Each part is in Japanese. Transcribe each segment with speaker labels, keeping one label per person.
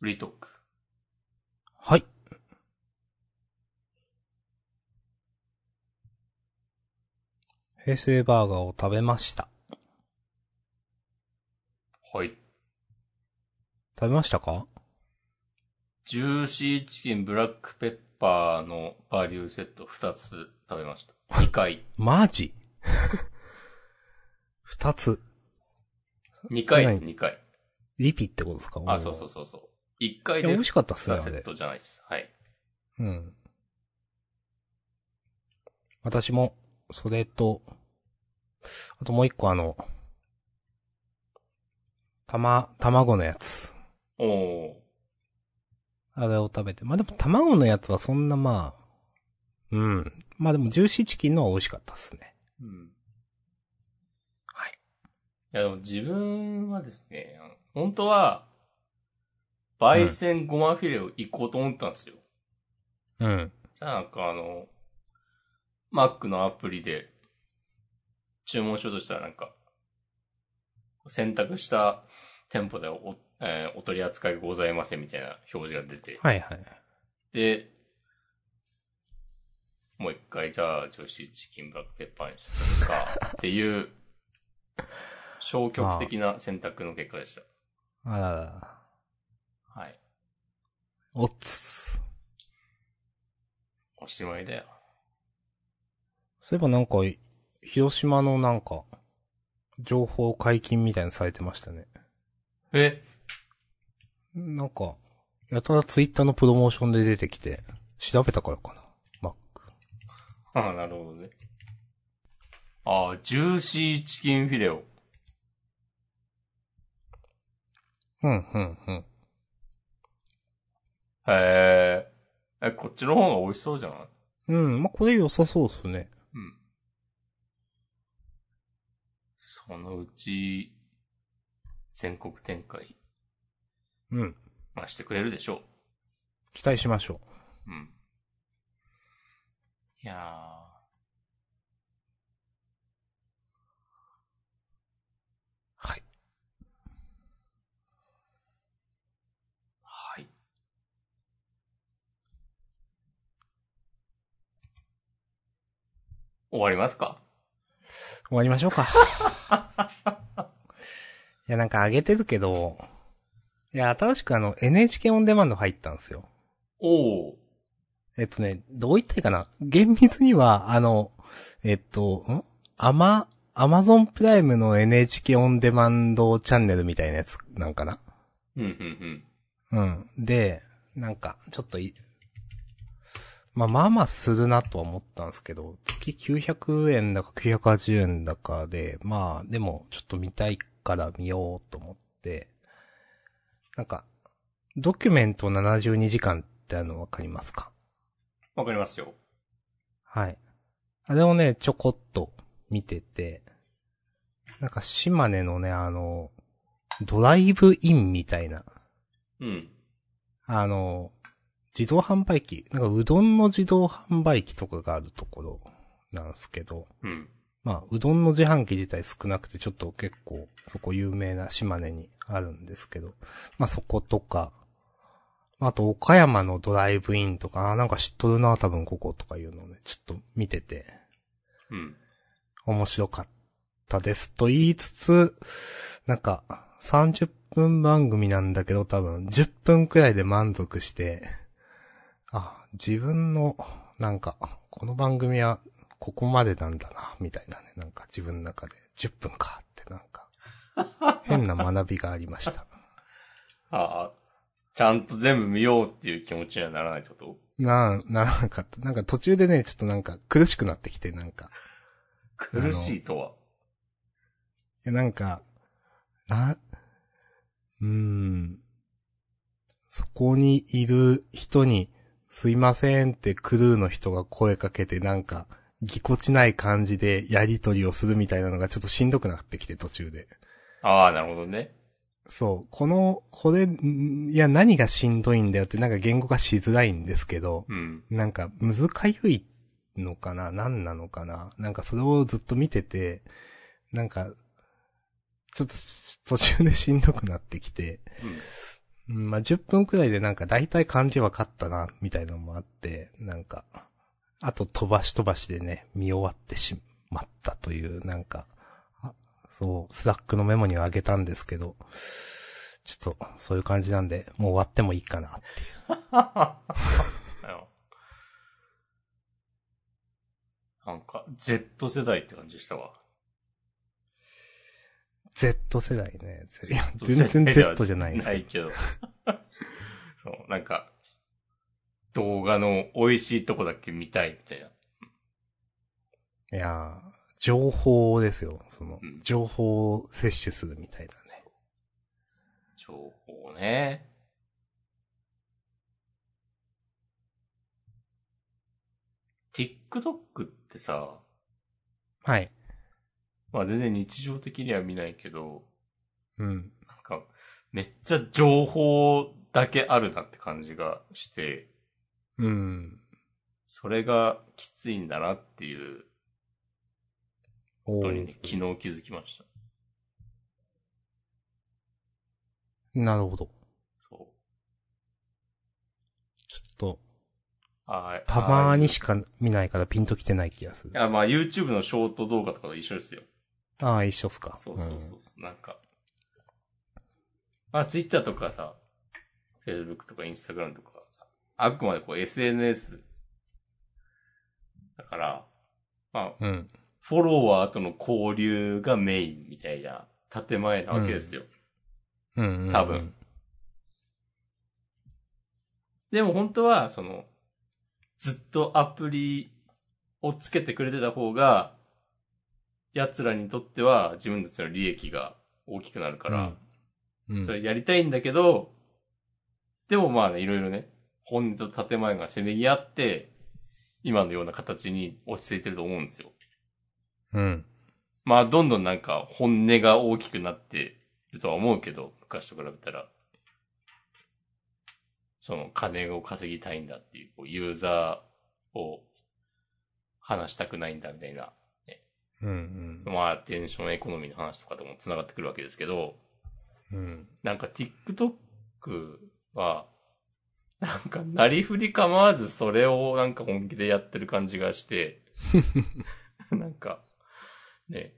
Speaker 1: フリートーク。
Speaker 2: はい。平成バーガーを食べました。
Speaker 1: はい。
Speaker 2: 食べましたか
Speaker 1: ジューシーチキンブラックペッパーのバリューセット2つ食べました。2回。
Speaker 2: マジ 二つ。
Speaker 1: 2回
Speaker 2: は
Speaker 1: で
Speaker 2: い
Speaker 1: す、2回。
Speaker 2: リピってことですか
Speaker 1: あ、そうそうう。そうそう。1回
Speaker 2: いや、
Speaker 1: で
Speaker 2: 美味しかったっすね、
Speaker 1: 2
Speaker 2: あ
Speaker 1: セッ
Speaker 2: れ。
Speaker 1: トじゃないです。はい。
Speaker 2: うん。私も、それと、あともう一個あの、たま、卵のやつ。
Speaker 1: おー。
Speaker 2: あれを食べて。まあ、でも卵のやつはそんなまあ、うん。まあでもジューシーチキンのは美味しかったっすね。
Speaker 1: うん。
Speaker 2: はい。
Speaker 1: いや、でも自分はですね、あの本当は、焙煎ゴマフィレを行こうと思ったんですよ。
Speaker 2: うん。
Speaker 1: じゃあなんかあの、Mac のアプリで注文しようとしたらなんか、選択した店舗でお,、えーお取り扱いございませんみたいな表示が出て、
Speaker 2: はいはい。
Speaker 1: で、もう一回じゃあジョシーチキンブラックペッパーにするかっていう、消極的な選択の結果でした。
Speaker 2: あらら。
Speaker 1: はい。
Speaker 2: おっつ。
Speaker 1: おしまいだよ。
Speaker 2: そういえばなんか、広島のなんか、情報解禁みたいなのされてましたね。
Speaker 1: え
Speaker 2: なんか、やたらツイッターのプロモーションで出てきて、調べたからかな。マック。
Speaker 1: ああ、なるほどね。ああ、ジューシーチキンフィレオ。
Speaker 2: うん、うん、うん。
Speaker 1: へえ。え、こっちの方が美味しそうじゃない
Speaker 2: うん、まあ、これ良さそうですね。
Speaker 1: うん。そのうち、全国展開、
Speaker 2: うん。
Speaker 1: まあ、してくれるでしょ
Speaker 2: 期待しましょ
Speaker 1: う。うん。いや
Speaker 2: はい。
Speaker 1: はい。終わりますか
Speaker 2: う。終わりましょうか。いや、なんか上げてるけど、いや、新しくあの、NHK オンデマンド入ったんですよ。
Speaker 1: おお。
Speaker 2: えっとね、どう言ったらいいかな。厳密には、あの、えっと、んアマ、アマゾンプライムの NHK オンデマンドチャンネルみたいなやつなんかな。
Speaker 1: うんうんうん。
Speaker 2: うん。で、なんか、ちょっとい、まあまあまあするなとは思ったんですけど、月900円だか980円だかで、まあでもちょっと見たいから見ようと思って、なんか、ドキュメント72時間ってあのわかりますか
Speaker 1: わかりますよ。
Speaker 2: はい。あれをね、ちょこっと見てて、なんか島根のね、あの、ドライブインみたいな、
Speaker 1: うん。
Speaker 2: あの、自動販売機、なんかうどんの自動販売機とかがあるところなんですけど、
Speaker 1: うん。
Speaker 2: まあ、うどんの自販機自体少なくて、ちょっと結構、そこ有名な島根にあるんですけど、まあそことか、あと岡山のドライブインとか、あーなんか知っとるな、多分こことかいうのをね、ちょっと見てて、
Speaker 1: うん。
Speaker 2: 面白かったですと言いつつ、なんか、30分番組なんだけど多分10分くらいで満足して、あ、自分の、なんか、この番組はここまでなんだな、みたいなね、なんか自分の中で10分かってなんか、変な学びがありました。
Speaker 1: ああ、ちゃんと全部見ようっていう気持ちにはならないってこと
Speaker 2: な、ならなかった。なんか途中でね、ちょっとなんか苦しくなってきて、なんか、
Speaker 1: 苦しいとは。
Speaker 2: いや、なんか、な、うーん。そこにいる人に、すいませんってクルーの人が声かけて、なんか、ぎこちない感じでやりとりをするみたいなのがちょっとしんどくなってきて途中で。
Speaker 1: ああ、なるほどね。
Speaker 2: そう、この、これ、んいや何がしんどいんだよってなんか言語化しづらいんですけど、
Speaker 1: うん。
Speaker 2: なんか、むずかゆいのかな何なのかななんかそれをずっと見てて、なんか、ちょっとし途中でしんどくなってきて、
Speaker 1: うん
Speaker 2: うん、うん、まあ、10分くらいでなんか大体漢字分かったな、みたいなのもあって、なんか、あと飛ばし飛ばしでね、見終わってしまったという、なんか、あそう、スラックのメモにはあげたんですけど、ちょっと、そういう感じなんで、もう終わってもいいかな。
Speaker 1: なんか、Z 世代って感じしたわ。
Speaker 2: Z 世代ね。いや全然 Z じゃないです
Speaker 1: ないけど。 そう、なんか、動画の美味しいとこだけ見たいみたいな。
Speaker 2: いやー情報ですよ。その
Speaker 1: うん、
Speaker 2: 情報を摂取するみたいなね。
Speaker 1: 情報ね。TikTok ってさ、
Speaker 2: はい。
Speaker 1: まあ全然日常的には見ないけど、
Speaker 2: うん。
Speaker 1: なんか、めっちゃ情報だけあるなって感じがして、
Speaker 2: うん。
Speaker 1: それがきついんだなっていう
Speaker 2: お
Speaker 1: こと
Speaker 2: ー
Speaker 1: にね、昨日気づきました。
Speaker 2: なるほど。
Speaker 1: そう。
Speaker 2: ちょっと、
Speaker 1: あ
Speaker 2: たまに
Speaker 1: し
Speaker 2: しか見ないからピンときてない気がする
Speaker 1: い。や、まあ YouTube のショート動画とかと一緒ですよ。
Speaker 2: ああ、一緒っすか。
Speaker 1: そうそうそうそう、なんか。まあ Twitter とかさ、Facebook とか Instagram とかさ、あくまでこう SNS。だから、まあ、
Speaker 2: うん。うん。
Speaker 1: フォロワーとの交流がメインみたいな建前なわけですよ。
Speaker 2: うんうん、うん。
Speaker 1: 多分。でも本当は、その、ずっとアプリをつけてくれてた方が、奴らにとっては自分たちの利益が大きくなるから、
Speaker 2: うん。
Speaker 1: それやりたいんだけど、でもまあね、いろいろね、本音と建前がせめぎ合って、今のような形に落ち着いてると思うんですよ。
Speaker 2: うん。
Speaker 1: まあ、どんどんなんか本音が大きくなってるとは思うけど、昔と比べたら。その金を稼ぎたいんだっていう、こうユーザーを話したくないんだみたいな。
Speaker 2: うん。
Speaker 1: まあ、テンションエコノミーの話とかとも繋がってくるわけですけど、
Speaker 2: うん。
Speaker 1: なんか TikTok は、なんかなりふり構わずそれをなんか本気でやってる感じがして、なんか、ね、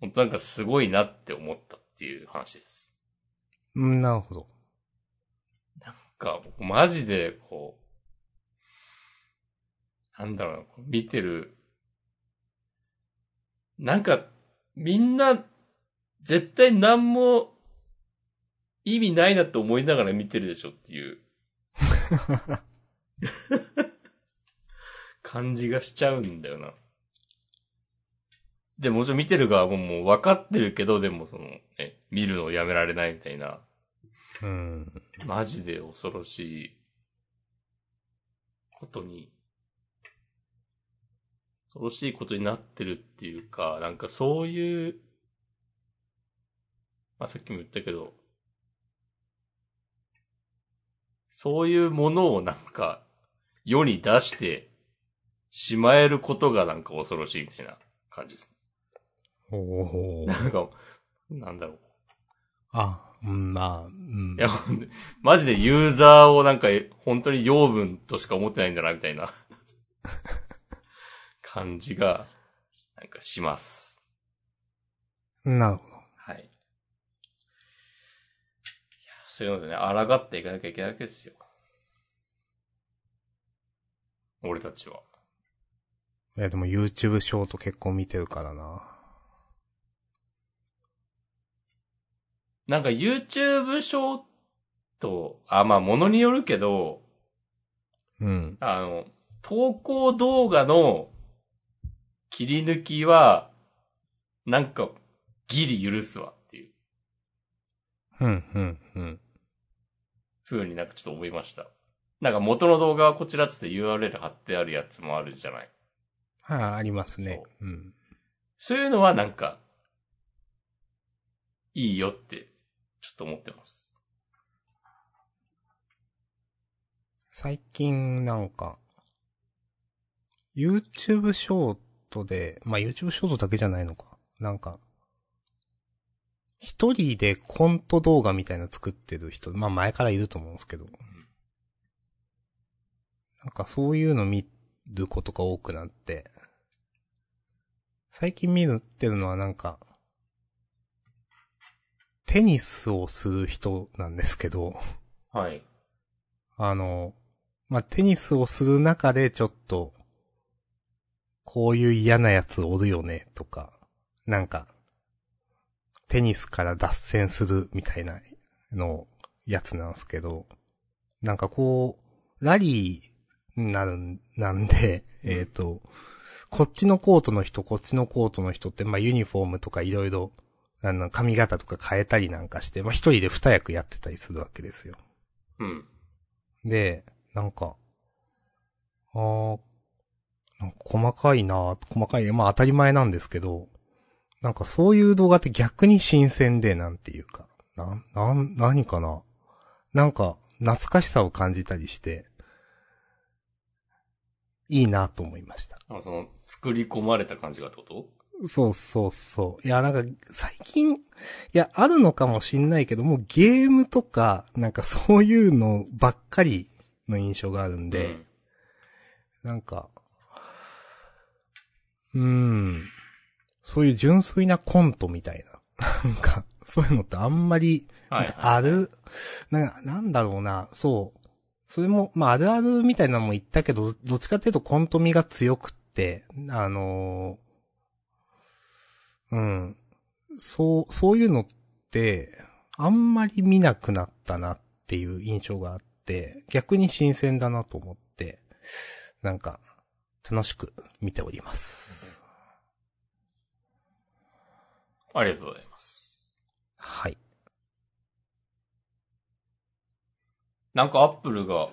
Speaker 1: 本当なんかすごいなって思ったっていう話です。
Speaker 2: うん。なるほど。
Speaker 1: なんか、マジで、こう、なんだろうな、こう見てる、なんか、みんな、絶対何も意味ないなって思いながら見てるでしょっていう感じがしちゃうんだよな。で、もちろん見てる側ももう分かってるけど、でもその、ね、見るのをやめられないみたいな。
Speaker 2: うん。
Speaker 1: マジで恐ろしいことに、恐ろしいことになってるっていうか、なんかそういう、まあ、さっきも言ったけど、そういうものをなんか世に出してしまえることがなんか恐ろしいみたいな感じです。
Speaker 2: おお。
Speaker 1: なんか、なんだろう。
Speaker 2: あ、うん、まあ、うん
Speaker 1: い。や、ほんでマジでユーザーをなんか、え本当に養分としか思ってないんだな、みたいな、感じが、なんかします。
Speaker 2: なるほど。
Speaker 1: はい。いや、そういうのでね、抗っていかなきゃいけないわけですよ。俺たちは。
Speaker 2: いや、でも YouTube ショート結構見てるからな。
Speaker 1: なんか YouTube ショート、あ、まあ、ものによるけど、
Speaker 2: うん。
Speaker 1: あの、投稿動画の切り抜きは、なんか、ギリ許すわっていう
Speaker 2: うん、うん、うん。
Speaker 1: 風になんかちょっと思いました。なんか元の動画はこちらっつって URL 貼ってあるやつもあるじゃない。
Speaker 2: はい、ありますね。うん。
Speaker 1: そういうのはなんか、いいよって、ちょっと思ってます。
Speaker 2: 最近なんか、YouTube ショートで、まあ、YouTube ショートだけじゃないのか。なんか、一人でコント動画みたいなの作ってる人、まあ前からいると思うんですけど。なんかそういうの見ることが多くなって、最近見るってるのはなんか、テニスをする人なんですけど、
Speaker 1: はい。
Speaker 2: あの、まあ、テニスをする中でちょっと、こういう嫌なやつおるよね、とか、なんか、テニスから脱線するみたいなのやつなんですけど、なんかこう、ラリーになるん、なんで、
Speaker 1: うん
Speaker 2: えっ、と、こっちのコートの人、こっちのコートの人って、まあ、ユニフォームとかいろいろ、あの、髪型とか変えたりなんかして、まあ、一人で二役やってたりするわけですよ。
Speaker 1: うん。
Speaker 2: で、なんか、あーなんか細かいな細かい、まあ当たり前なんですけど、なんかそういう動画って逆に新鮮で、なんていうか、なん、なん、何かななんか、懐かしさを感じたりして、いいなと思いました。
Speaker 1: あその、作り込まれた感じがってこと
Speaker 2: そうそうそう。いや、なんか、最近、いや、あるのかもしんないけど、もうゲームとか、なんかそういうのばっかりの印象があるんで、
Speaker 1: うん
Speaker 2: なんか、うーん。そういう純粋なコントみたいな。 なんか、そういうのってあんまり、
Speaker 1: はい、
Speaker 2: なんか
Speaker 1: はい。
Speaker 2: ある、なんかなんだろうな、そう。それも、まあ、あるあるみたいなのも言ったけど、どっちかっていうとコント味が強くって、あのーうん。そう、そういうのって、あんまり見なくなったなっていう印象があって、逆に新鮮だなと思って、なんか、楽しく見ております。
Speaker 1: ありがとうございます。
Speaker 2: はい。
Speaker 1: なんかアップルが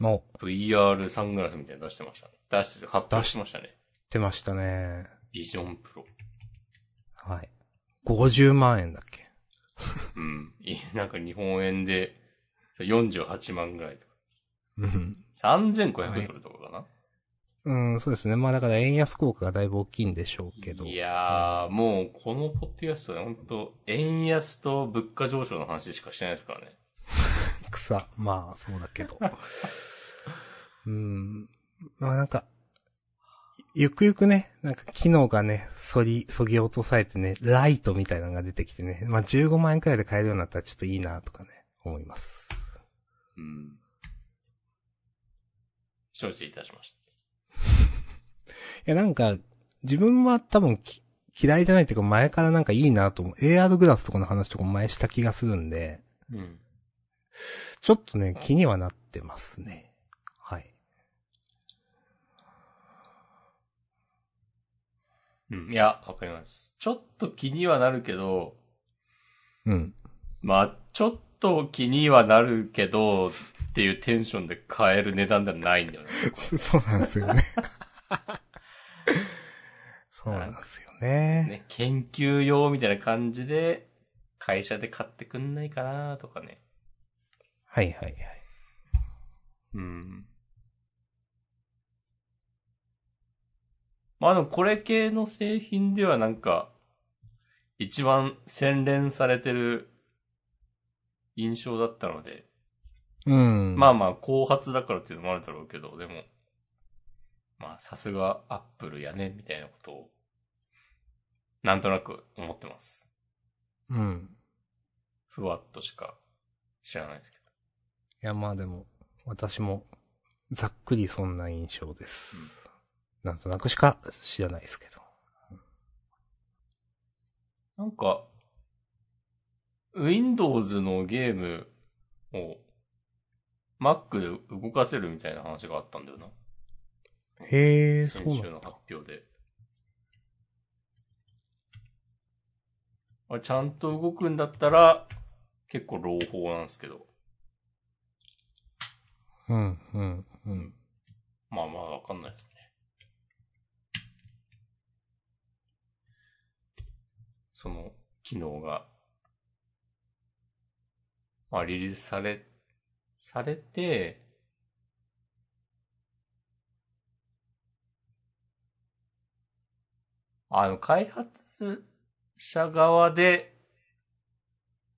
Speaker 2: もう、
Speaker 1: VR サングラスみたいなの出してましたね。出してて発表しましたね。
Speaker 2: 出ましたね。
Speaker 1: ビジョンプロ。
Speaker 2: はい。50万円だっけ
Speaker 1: うん。いいなんか日本円で48万ぐらいとか。
Speaker 2: うん。
Speaker 1: 3500円するとこかな、
Speaker 2: うん、そうですね。まあだから円安効果がだいぶ大きいんでしょうけど。
Speaker 1: いやー、もうこのポッドキャストは本当円安と物価上昇の話しかしてないですからね。
Speaker 2: 草。まあ、そうだけど。 うん。まあなんか、ゆくゆくね、なんか機能がね、そり、そぎ落とされてね、ライトみたいなのが出てきてね、まあ15万円くらいで買えるようになったらちょっといいなとかね、思います。
Speaker 1: うん。承知いたしまし
Speaker 2: いやなんか、自分は多分き嫌いじゃないっていうか前からなんかいいなと思う。AR グラスとかの話とかも前した気がするんで、
Speaker 1: た。うん。
Speaker 2: ちょっとね、気にはなってますね。はい。
Speaker 1: うん。いや、わかります。ちょっと気にはなるけど、
Speaker 2: うん。
Speaker 1: まあ、ちょっと気にはなるけど、っていうテンションで買える値段ではないんだよね。
Speaker 2: そうなんですよね。そうなんですよね。
Speaker 1: ね、研究用みたいな感じで、会社で買ってくんないかなとかね。
Speaker 2: はいはいはい。
Speaker 1: うん。まあでもこれ系の製品ではなんか、一番洗練されてる印象だったので、
Speaker 2: うん。
Speaker 1: まあまあ後発だからっていうのもあるだろうけど、でも、まあさすがアップルやね、みたいなことを、なんとなく思ってます。
Speaker 2: うん。
Speaker 1: ふわっとしか知らないですけど。
Speaker 2: いやまあでも、私も、ざっくりそんな印象です。なんとなくしか知らないですけど。
Speaker 1: なんか、Windows のゲームを Mac で動かせるみたいな話があったんだよな。
Speaker 2: へえ、そ
Speaker 1: 先
Speaker 2: うな
Speaker 1: 週
Speaker 2: ん
Speaker 1: の
Speaker 2: だ
Speaker 1: 発。表で。あちゃんと動くんだったら、結構朗報なんですけど。
Speaker 2: うん、うん、うん。
Speaker 1: まあまあわかんないですね。その機能が、まあリリースされ、されて、あの、開発者側で、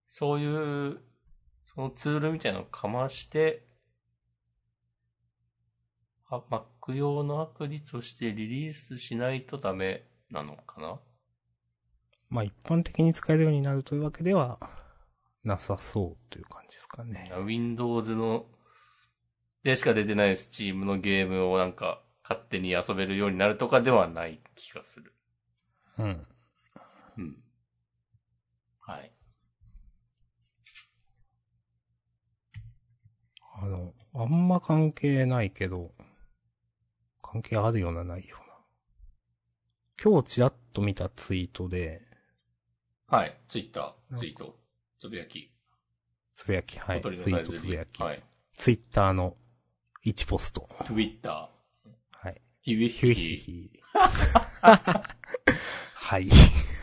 Speaker 1: そういう、そのツールみたいなのをかまして、あ Mac 用のアプリとしてリリースしないとダメなのかな
Speaker 2: まあ一般的に使えるようになるというわけではなさそうという感じですかね。
Speaker 1: Windows の、でしか出てない Steam のゲームをなんか勝手に遊べるようになるとかではない気がする。
Speaker 2: うん。
Speaker 1: うん。はい。
Speaker 2: あの、あんま関係ないけど、関係あるようなないような。今日ちらっと見たツイートで、
Speaker 1: はい。ツイッター、ツイート、つぶやき。
Speaker 2: つぶやき、はい、
Speaker 1: 小鳥の
Speaker 2: ツイー
Speaker 1: さ
Speaker 2: ト
Speaker 1: えず
Speaker 2: つ
Speaker 1: り
Speaker 2: ぶやき、
Speaker 1: はい。
Speaker 2: ツイッターの1ポスト。
Speaker 1: ツイッター、
Speaker 2: はい。
Speaker 1: ヒュイ
Speaker 2: ヒ
Speaker 1: ヒ
Speaker 2: ュ
Speaker 1: ュ
Speaker 2: イ
Speaker 1: イヒ
Speaker 2: ヒヒ。 はい。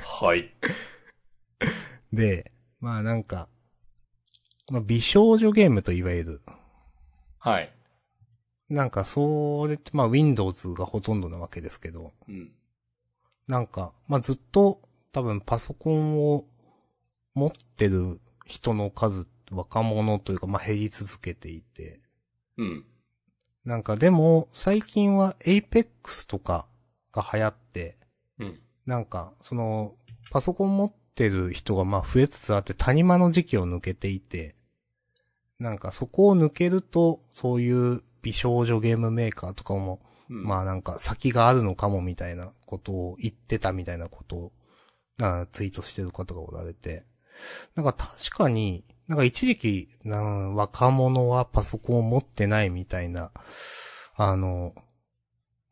Speaker 1: はい。
Speaker 2: で、まあなんか、まあ美少女ゲームといわゆる、
Speaker 1: はい。
Speaker 2: なんかそれってまあ Windows がほとんどなわけですけど、
Speaker 1: うん。
Speaker 2: なんか、まあずっと多分パソコンを持ってる人の数、若者というかまあ減り続けていて、
Speaker 1: うん。
Speaker 2: なんかでも最近は Apex とかが流行って、
Speaker 1: うん。
Speaker 2: なんか、その、パソコン持ってる人がまあ増えつつあって、谷間の時期を抜けていて、なんかそこを抜けると、そういう美少女ゲームメーカーとかも、
Speaker 1: うん、
Speaker 2: まあなんか先があるのかもみたいなことを言ってたみたいなことを、あツイートしてる方がおられて、なんか確かに、なんか一時期、なん若者はパソコンを持ってないみたいな、あの、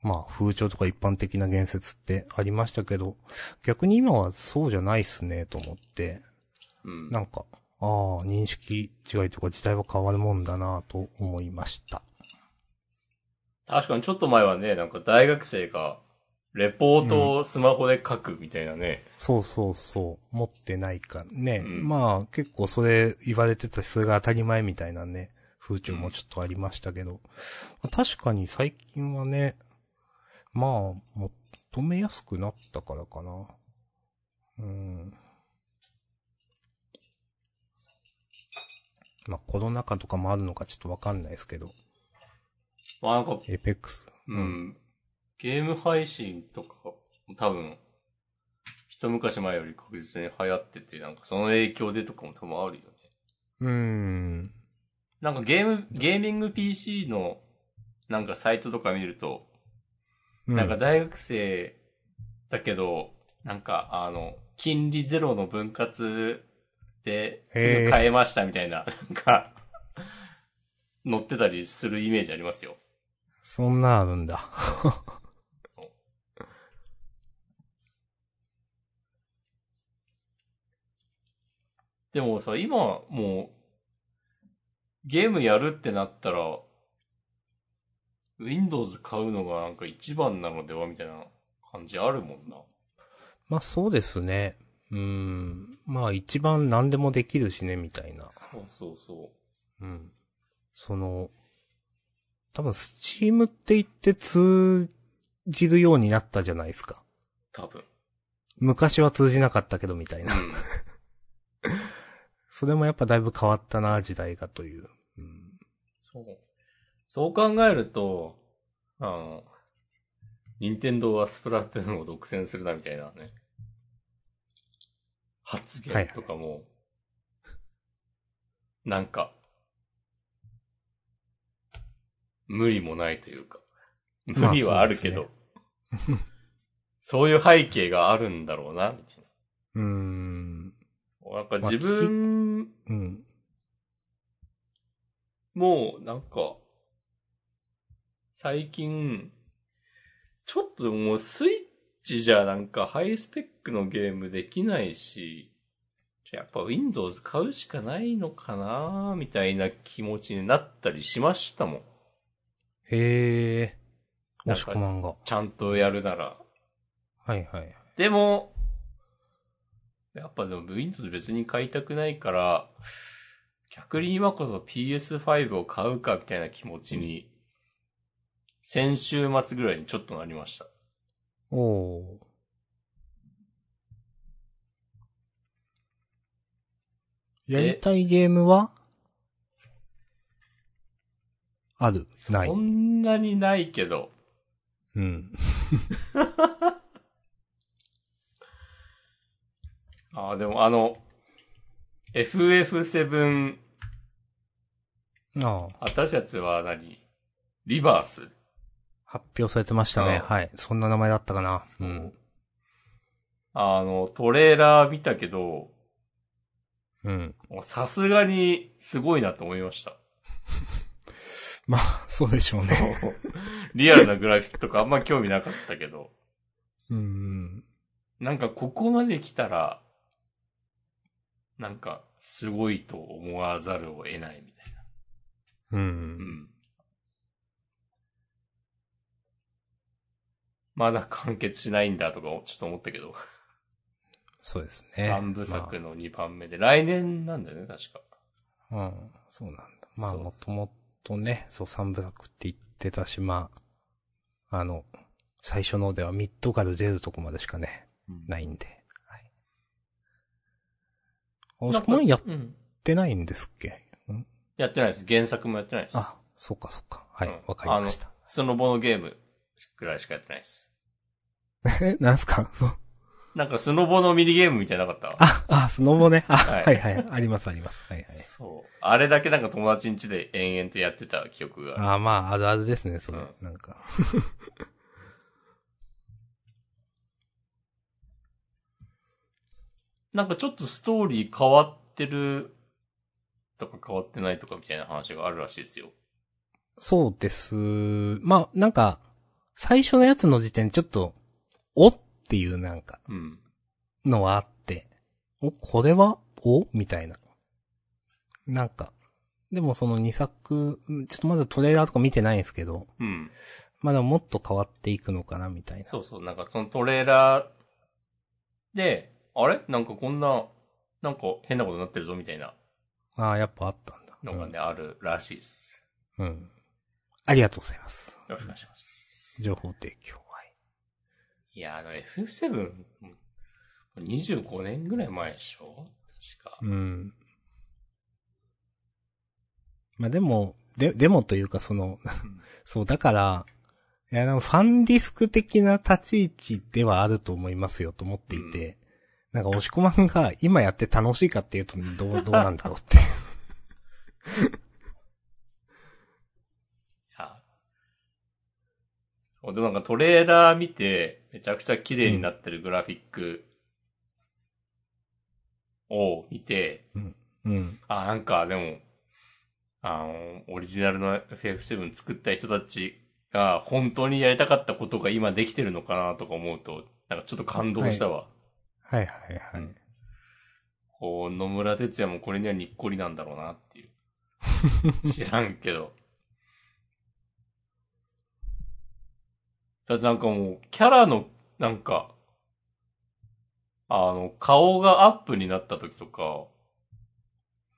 Speaker 2: まあ風潮とか一般的な言説ってありましたけど、逆に今はそうじゃないっすねと思って、
Speaker 1: うん。
Speaker 2: なんか、ああ、認識違いとか時代は変わるもんだなと思いました。
Speaker 1: 確かにちょっと前はね、なんか大学生が、レポートをスマホで書くみたいなね。
Speaker 2: そうそうそう。持ってないかね。
Speaker 1: うん
Speaker 2: まあ結構それ言われてたし、それが当たり前みたいなね、風潮もちょっとありましたけど。まあ確かに最近はね、まあ、求めやすくなったからかな。うん。まあコロナ禍とかもあるのかちょっとわかんないですけど。
Speaker 1: まあなんか、
Speaker 2: エペックス。
Speaker 1: うん。ゲーム配信とか、多分、一昔前より確実に流行ってて、なんかその影響でとかも多分あるよね。
Speaker 2: うん。
Speaker 1: なんかゲーム、ゲーミング PC の、なんかサイトとか見ると、
Speaker 2: うん。
Speaker 1: なんか大学生だけど、なんかあの、金利ゼロの分割で、す
Speaker 2: へー
Speaker 1: ぐ買えましたみたいな、なんか、乗ってたりするイメージありますよ。
Speaker 2: そんなあるんだ。
Speaker 1: でもさ、今、もう、ゲームやるってなったら、Windows 買うのがなんか一番なのではみたいな感じあるもんな。
Speaker 2: まあそうですね。うん。まあ一番何でもできるしね、みたいな。
Speaker 1: そうそうそ
Speaker 2: うん。その、多分スチームって言って通じるようになったじゃないですか。
Speaker 1: う。多分。
Speaker 2: 昔は通じなかったけどみたいな。 それもやっぱだいぶ変わったな、時代がという。うん。
Speaker 1: そう。そう考えると、あの、任天堂はスプラトゥーンを独占するなみたいなね。発言とかも、なんか、無理もないというか、
Speaker 2: まあ
Speaker 1: 無理はあるけど、
Speaker 2: そ
Speaker 1: そうう
Speaker 2: で
Speaker 1: いう背景があるんだろうな、みたいう
Speaker 2: ーん。
Speaker 1: な。やっぱ
Speaker 2: まあ
Speaker 1: 自分
Speaker 2: うん。
Speaker 1: もう、なんか、最近、ちょっともうスイッチじゃなんかハイスペックのゲームできないし、やっぱ Windows 買うしかないのかなみたいな気持ちになったりしましたもん。
Speaker 2: へえ。
Speaker 1: な
Speaker 2: ー。
Speaker 1: んか
Speaker 2: 押し込まんが。
Speaker 1: ちゃんとやるなら。
Speaker 2: はいはい。
Speaker 1: でも、やっぱでも Windows 別に買いたくないから、逆に今こそ PS5 を買うかみたいな気持ちに、先週末ぐらいにちょっとなりました。
Speaker 2: おー。やりたいゲームはあるない
Speaker 1: こ。んなにないけど、
Speaker 2: うん。
Speaker 1: ああ、でもあの、FF7
Speaker 2: ああ、
Speaker 1: 新しいやつは何リバース。
Speaker 2: 発表されてましたね。
Speaker 1: あ
Speaker 2: はい。そんな名前だったかな。うん。
Speaker 1: あの、トレーラー見たけど、
Speaker 2: うん。
Speaker 1: もうさすがにすごいなと思いました。
Speaker 2: まあ、そうでしょうね。
Speaker 1: リアルなグラフィックとかあんま興味なかったけど、
Speaker 2: うん。
Speaker 1: なんかここまで来たら、なんかすごいと思わざるを得ないみたいな。う
Speaker 2: う。
Speaker 1: んん。まだ完結しないんだとかちょっと思ったけど、
Speaker 2: そうですね。
Speaker 1: 3部作の2番目で、来年なんだよね、確か。
Speaker 2: まあ。うん。そうなんだ。まあ、
Speaker 1: そう
Speaker 2: もともとね、そう、三部作って言ってたし、まあ、あの、最初のではミッドガル出るとこまでしかね、ないんで。はい。あ、
Speaker 1: な
Speaker 2: そ
Speaker 1: んか
Speaker 2: こまでやっ
Speaker 1: うん
Speaker 2: てないんですっけん
Speaker 1: やってないです。原作もやってないです。
Speaker 2: あ、そうかそうか。はい、
Speaker 1: うん
Speaker 2: わ、かりました。
Speaker 1: そのボのゲームくらいしかやってないです。
Speaker 2: え、 なんすかそう。
Speaker 1: なんかスノボのミニゲームみたいなのなかった
Speaker 2: あ、あ、スノボね。あ、
Speaker 1: は
Speaker 2: はいい、はいはいありますあります。はいはい。
Speaker 1: そう。あれだけなんか友達ん家で延々とやってた記憶がある。
Speaker 2: あまあ、あるあるですね、それ。
Speaker 1: うん
Speaker 2: なんか。
Speaker 1: なんかちょっとストーリー変わってるとか変わってないとかみたいな話があるらしいですよ。
Speaker 2: そうです。まあ、なんか、最初のやつの時点でちょっと、おっていうなんか、
Speaker 1: うん。
Speaker 2: のはあって、お、これは、おみたいな。なんか、でもその2作、うんちょっとまだトレーラーとか見てないんですけど、
Speaker 1: うん。
Speaker 2: まあでももっと変わっていくのかな、みたいな。
Speaker 1: そうそう。なんかそのトレーラーで、あれなんかこんな、なんか変なことになってるぞみたいな
Speaker 2: ああ、やっぱあったんだ。
Speaker 1: のがね、あるらしいです。
Speaker 2: うん。うん。ありがとうございます。
Speaker 1: よろしくお願いします。
Speaker 2: 情報提供。はい。
Speaker 1: いや、あの FF7、うん25年ぐらい前でしょ確か。
Speaker 2: うん。まあでも、で、でもというかその、そう、だから、いや、でもファンディスク的な立ち位置ではあると思いますよと思っていて、なんか押し込まんが今やって楽しいかっていうとど う、どうなんだろうって。
Speaker 1: あそうでもなんかトレーラー見て、めちゃくちゃ綺麗になってるグラフィックを見て、
Speaker 2: うん。
Speaker 1: あ、なんかでも、あの、オリジナルの FF7 作った人たちが本当にやりたかったことが今できてるのかなとか思うと、なんかちょっと感動したわ。
Speaker 2: はいはいは
Speaker 1: う
Speaker 2: い
Speaker 1: ん。こう、野村哲也もこれにはにっこりなんだろうなって いう。知らんけど。だってなんかもう、キャラの、なんか、あの、顔がアップになった時とか、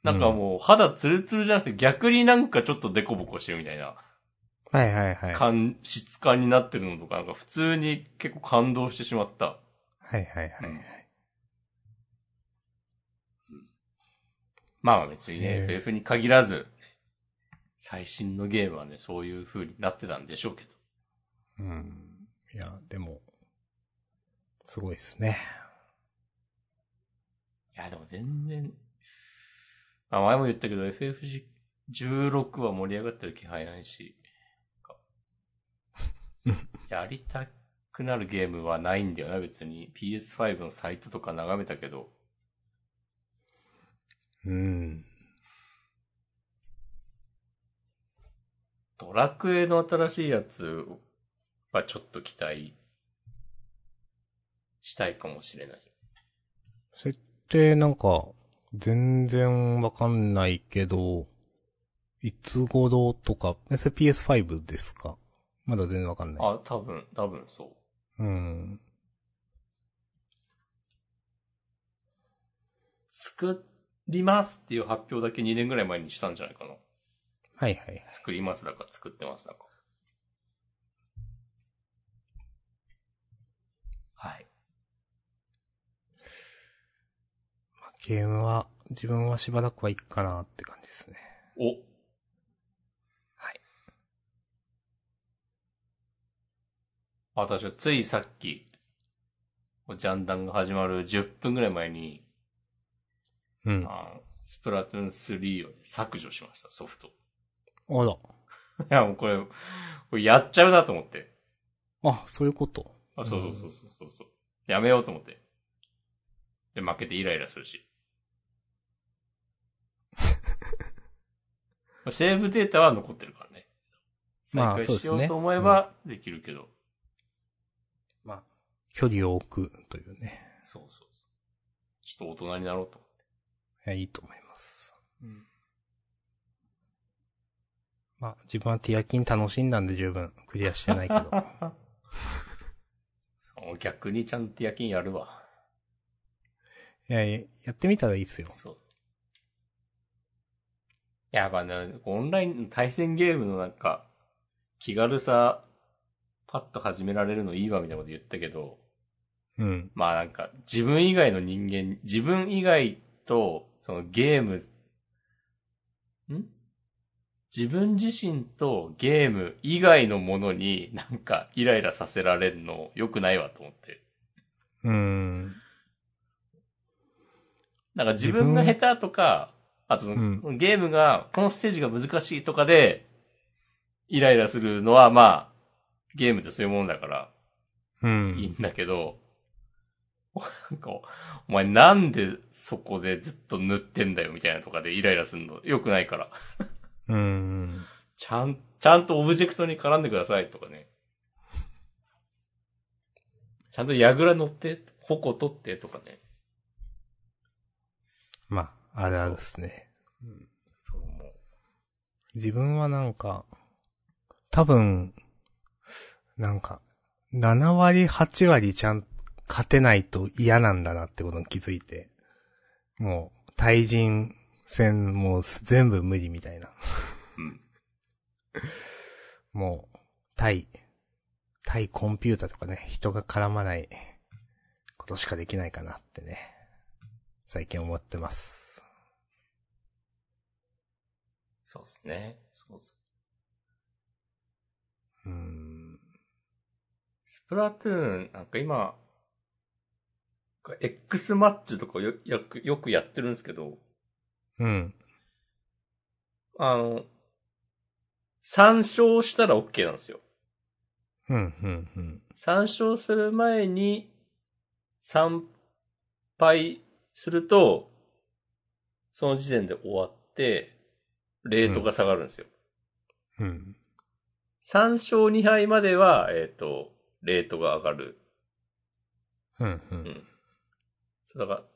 Speaker 1: なんかもう肌ツルツルじゃなくて逆になんかちょっとデコボコしてるみたいな
Speaker 2: はいはいはい。はい
Speaker 1: 感、質感になってるのとか、なんか普通に結構感動してしまった。
Speaker 2: はいはいは
Speaker 1: うん
Speaker 2: い。
Speaker 1: まあ別にね
Speaker 2: へ、え
Speaker 1: FF に限らず、最新のゲームはね、そういう風になってたんでしょうけど。
Speaker 2: うん。いや、でも、すごいですね。
Speaker 1: いや、でも全然、まあ前も言ったけど、FF16 は盛り上がってる気配ないし、 やりたくなるゲームはないんだよな、別に。PS5 のサイトとか眺めたけど、
Speaker 2: うん。
Speaker 1: ドラクエの新しいやつはちょっと期待したいかもしれない。
Speaker 2: 設定なんか、全然わかんないけど、いつ頃とか、えそれ PS5 ですかまだ全然わかんない。
Speaker 1: あ、多分、多分そう。
Speaker 2: うん。
Speaker 1: 作りますっていう発表だけ2年ぐらい前にしたんじゃないかな。
Speaker 2: はいはいはい。
Speaker 1: 作りますだか作ってますだか。はい。
Speaker 2: ゲームは、自分はしばらくはいくかなって感じですね。
Speaker 1: お。
Speaker 2: はい。
Speaker 1: 私はついさっき、ジャンダンが始まる10分ぐらい前に、
Speaker 2: うん。あ
Speaker 1: あのスプラトゥーン3を削除しました、ソフト。い
Speaker 2: ら。
Speaker 1: や、もうこれ、これやっちゃうなと思って。
Speaker 2: あ、そういうこと。
Speaker 1: あ、そうそうそうそうそうそう。やめようと思って。で、負けてイライラするし。まあ セーブデータは残ってるからね。
Speaker 2: まあ
Speaker 1: 再
Speaker 2: そう
Speaker 1: 開し
Speaker 2: です
Speaker 1: よ
Speaker 2: ね
Speaker 1: うと思えばできるけど。
Speaker 2: まあ、距離を置くというね。
Speaker 1: そうそうそう。ちょっと大人になろうと 思って。
Speaker 2: いや、いいと思います。
Speaker 1: うん。
Speaker 2: まあ、自分はティアキン楽しんだんで十分クリアしてない けど。
Speaker 1: 逆にちゃんと夜勤やるわ。
Speaker 2: いやいや、やってみたらいいっすよ。
Speaker 1: そう。やっぱね、オンラインの対戦ゲームのなんか、気軽さ、パッと始められるのいいわみたいなこと言ったけど、
Speaker 2: うん。
Speaker 1: まあなんか、自分以外の人間、自分以外と、そのゲーム、ん自分自身とゲーム以外のものになんかイライラさせられるの良くないわと思って。
Speaker 2: うーん。
Speaker 1: なんか自分が下手とか、あとその、ゲームが、このステージが難しいとかで、イライラするのはまあ、ゲームってそういうもんだから、
Speaker 2: う
Speaker 1: いい
Speaker 2: ん。
Speaker 1: んだけど、なんか、お前なんでそこでずっと塗ってんだよみたいなとかでイライラするの良くないから。
Speaker 2: うん。
Speaker 1: ちゃん、ちゃんとオブジェクトに絡んでくださいとかね。ちゃんと矢倉乗って、矛取ってとかね。
Speaker 2: まあ、あるあるっすね。
Speaker 1: そう思う。
Speaker 2: 自分はなんか、多分、なんか、7割、8割ちゃん、勝てないと嫌なんだなってことに気づいて、もう、対人戦もうす全部無理みたいな。
Speaker 1: うん
Speaker 2: もう、対、対コンピューターとかね、人が絡まないことしかできないかなってね、最近思ってます。
Speaker 1: そうですね。そうそう
Speaker 2: うーん。
Speaker 1: スプラトゥーン、なんか今、X マッチとかよよくよくやってるんですけど、
Speaker 2: うん。
Speaker 1: あの、参照したら OK なんですよ。
Speaker 2: うん、うん、うん。
Speaker 1: 参照する前に、参拝すると、その時点で終わって、レートが下がるんですよ。
Speaker 2: うん。
Speaker 1: 参照2杯までは、えっ、と、レートが上がる。
Speaker 2: うん、うん。
Speaker 1: そうだから、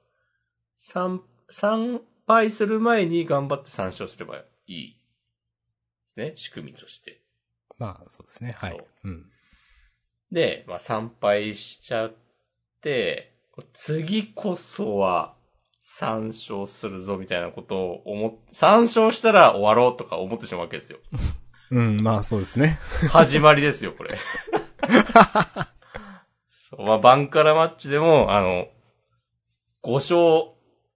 Speaker 1: 参、参拝する前に頑張って参照すればいい。ですね。仕組みとして。
Speaker 2: まあ、そうですね。はい
Speaker 1: そう。
Speaker 2: うん。
Speaker 1: で、まあ、参拝しちゃって、次こそは、参照するぞ、みたいなことを思っ、参照したら終わろうとか思ってしまうわけですよ。
Speaker 2: うん、まあ、そうで すね。
Speaker 1: 始まりですよ、これ。そう、まあ、バンカラマッチでも、あの、5勝、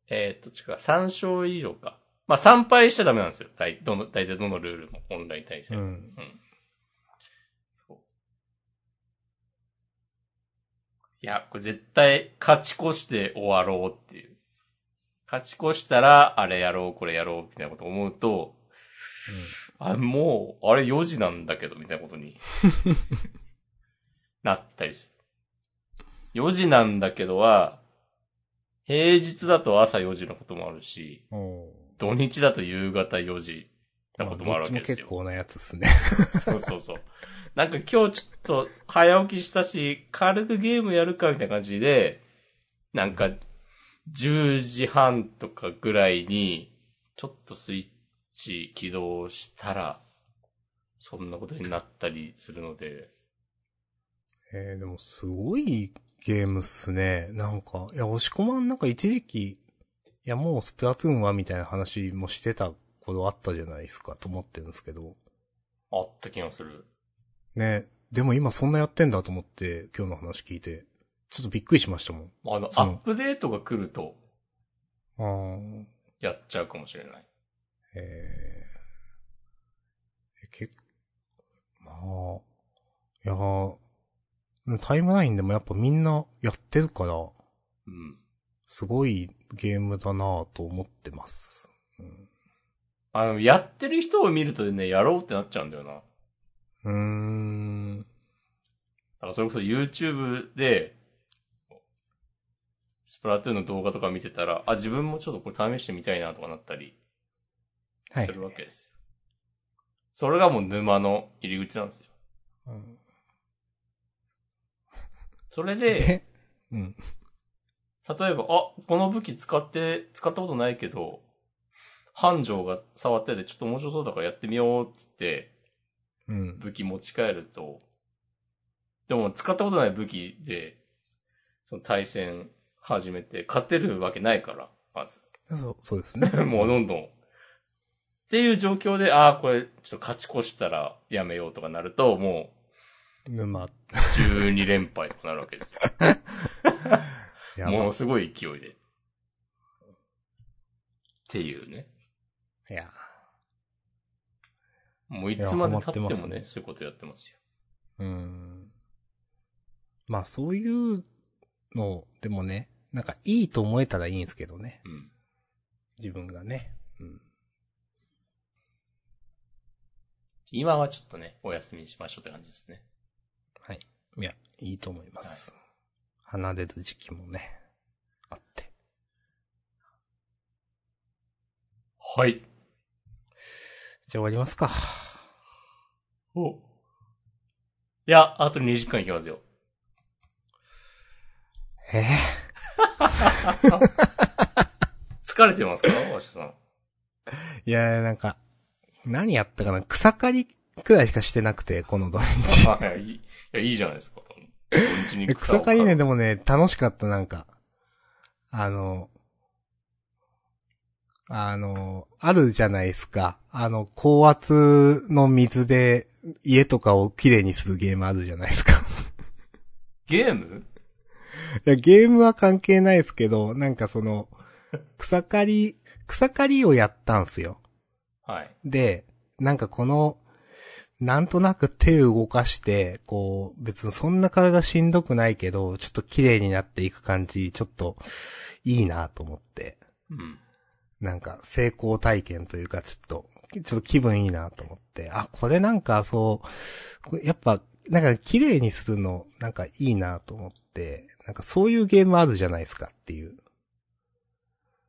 Speaker 1: えーっ、と、違う、3勝以上か。まあ、参拝しちゃダメなんですよ。大どの大体どのルールも、オンライン対
Speaker 2: う
Speaker 1: 戦。
Speaker 2: ん。
Speaker 1: そういや、これ絶対勝ち越して終わろうっていう。勝ち越したら、あれやろう、これやろう、みたいなこと思うと、あ、もう、あれ4時なんだけど、みたいなことに、なったりする。4時なんだけどは、平日だと朝4時のこともあるし、
Speaker 2: うん。お
Speaker 1: 土日だと夕方4時なこともあるわけです
Speaker 2: 結
Speaker 1: よ。
Speaker 2: 構なやつですね。
Speaker 1: そうそうそう。なんか今日ちょっと早起きしたし、軽くゲームやるかみたいな感じで、なんか10時半とかぐらいに、ちょっとスイッチ起動したら、そんなことになったりするので、
Speaker 2: えー、でも、すごいゲームっすね。なんか、いや、押し込まんなんか一時期、いや、もうスプラトゥーンはみたいな話もしてた頃あったじゃないですか、と思ってるんですけど。
Speaker 1: あった気がする。
Speaker 2: ね。でも今そんなやってんだと思って、今日の話聞いて、ちょっとびっくりしましたもん。
Speaker 1: あの、
Speaker 2: そ
Speaker 1: ア
Speaker 2: う
Speaker 1: ップデートが来ると、
Speaker 2: あー
Speaker 1: やっちゃうかもしれない。
Speaker 2: えーえ、結まあ、いやー、タイムラインでもやっぱみんなやってるから、
Speaker 1: うん。
Speaker 2: すごいゲームだなぁと思ってます。うん
Speaker 1: あの、やってる人を見るとね、やろうってなっちゃうんだよな。だ
Speaker 2: うーん。
Speaker 1: からそれこそ YouTube で、スプラトゥーンの動画とか見てたら、あ、自分もちょっとこれ試してみたいなとかなったり
Speaker 2: はい
Speaker 1: す。るわけですよ。それがもう沼の入り口なんですよ。
Speaker 2: うん
Speaker 1: それで、
Speaker 2: で、うん。
Speaker 1: 例えば、あ、この武器使って、使ったことないけど、繁盛が触っててちょっと面白そうだからやってみようっつって、
Speaker 2: うん。
Speaker 1: 武器持ち帰ると、でも使ったことない武器で、その対戦始めて、勝てるわけないから、まず。
Speaker 2: そう、そうですね。
Speaker 1: もうどんどん。っていう状況で、ああ、これ、ちょっと勝ち越したらやめようとかなると、も
Speaker 2: 沼。
Speaker 1: う、12連敗とかなるわけですよ。
Speaker 2: やば
Speaker 1: ものすごい勢いで。っていうね。
Speaker 2: いや。
Speaker 1: もういつまで
Speaker 2: いや
Speaker 1: 経っても
Speaker 2: ハマってま
Speaker 1: ね、
Speaker 2: すね
Speaker 1: そういうことやってますよ。
Speaker 2: うん。まあそういうの、でもね、なんかいいと思えたらいいんですけどね。
Speaker 1: うん。
Speaker 2: 自分がね。うん。
Speaker 1: 今はちょっとね、お休みしましょうって感じですね。
Speaker 2: はい。いや、いいと思います。離れる時期もね、あって。
Speaker 1: はい。
Speaker 2: じゃあ終わりますか。
Speaker 1: おいや、あと2時間いきますよ。
Speaker 2: ええ
Speaker 1: 疲れてますか大下さ ん。
Speaker 2: いやーなんか、何やったかな草刈りくらいしかしてなくて、この土日。
Speaker 1: あいい、いや、いいじゃないですか。土日に
Speaker 2: 草刈りね、で
Speaker 1: も。
Speaker 2: もね、楽しかった、なんか。あの、あの、あるじゃないですか。あの、高圧の水で家とかをきれいにするゲームあるじゃないですか。
Speaker 1: ゲーム
Speaker 2: いや、ゲームは関係ないですけど、なんかその、草刈り、草刈りをやったんすよ。
Speaker 1: はい。
Speaker 2: で、なんかこの、なんとなく手を動かして、こう、別にそんな体しんどくないけど、ちょっと綺麗になっていく感じ、ちょっと、いいなと思って。
Speaker 1: うん。
Speaker 2: なんか、成功体験というか、ちょっと、ちょっと気分いいなと思って。あ、これなんかそう、これやっぱ、なんか綺麗にするの、なんかいいなと思って、なんかそういうゲームあるじゃないですかっていう。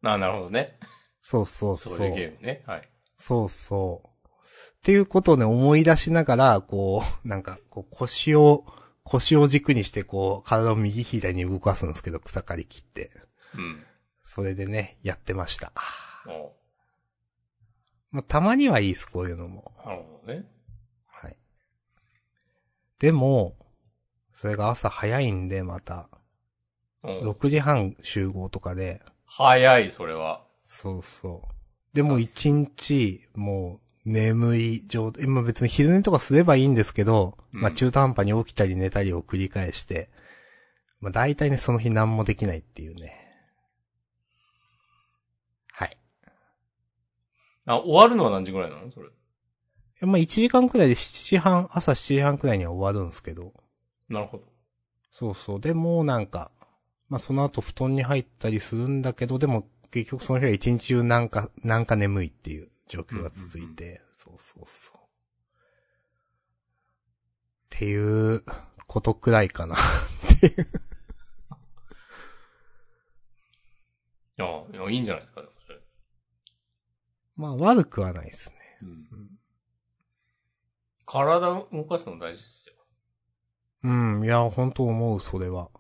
Speaker 1: あ、なるほどね。
Speaker 2: そうそうそう。
Speaker 1: そういうゲームね。はい。
Speaker 2: そうそう。っていうことをね、思い出しながら、こう、なんか、こう腰を、腰を軸にして、こう、体を右左に動かすんですけど、草刈り切って。
Speaker 1: うん。
Speaker 2: それでね、やってました。
Speaker 1: おう
Speaker 2: まあ、たまにはいいです、こういうのも。
Speaker 1: なるほどね。
Speaker 2: はい。でも、それが朝早いんで、また、
Speaker 1: おう
Speaker 2: 6時半集合とかで、
Speaker 1: 早い、それは。
Speaker 2: そうそう。でも一日、もう、眠い状態、今別に昼寝とかすればいいんですけど、
Speaker 1: うん
Speaker 2: まあ中途半端に起きたり寝たりを繰り返して、まあ大体ね、その日何もできないっていうね。はい。
Speaker 1: あ、終わるのは何時ぐらいなのそれ。
Speaker 2: まあ1時間くらいで7時半、朝7時半くらいには終わるんですけど、
Speaker 1: なるほど。
Speaker 2: そうそう。でもなんか、まあその後布団に入ったりするんだけど、でも結局その日は一日中なんか、なんか眠いっていう状況が続いて、そうそうそう。っていうことくらいかな。
Speaker 1: いや、いやいいんじゃないですか、でもそれ。
Speaker 2: まあ悪くはないですね。
Speaker 1: うん。体を動かすの大事ですよ。
Speaker 2: うん、いや、本当思う、それは。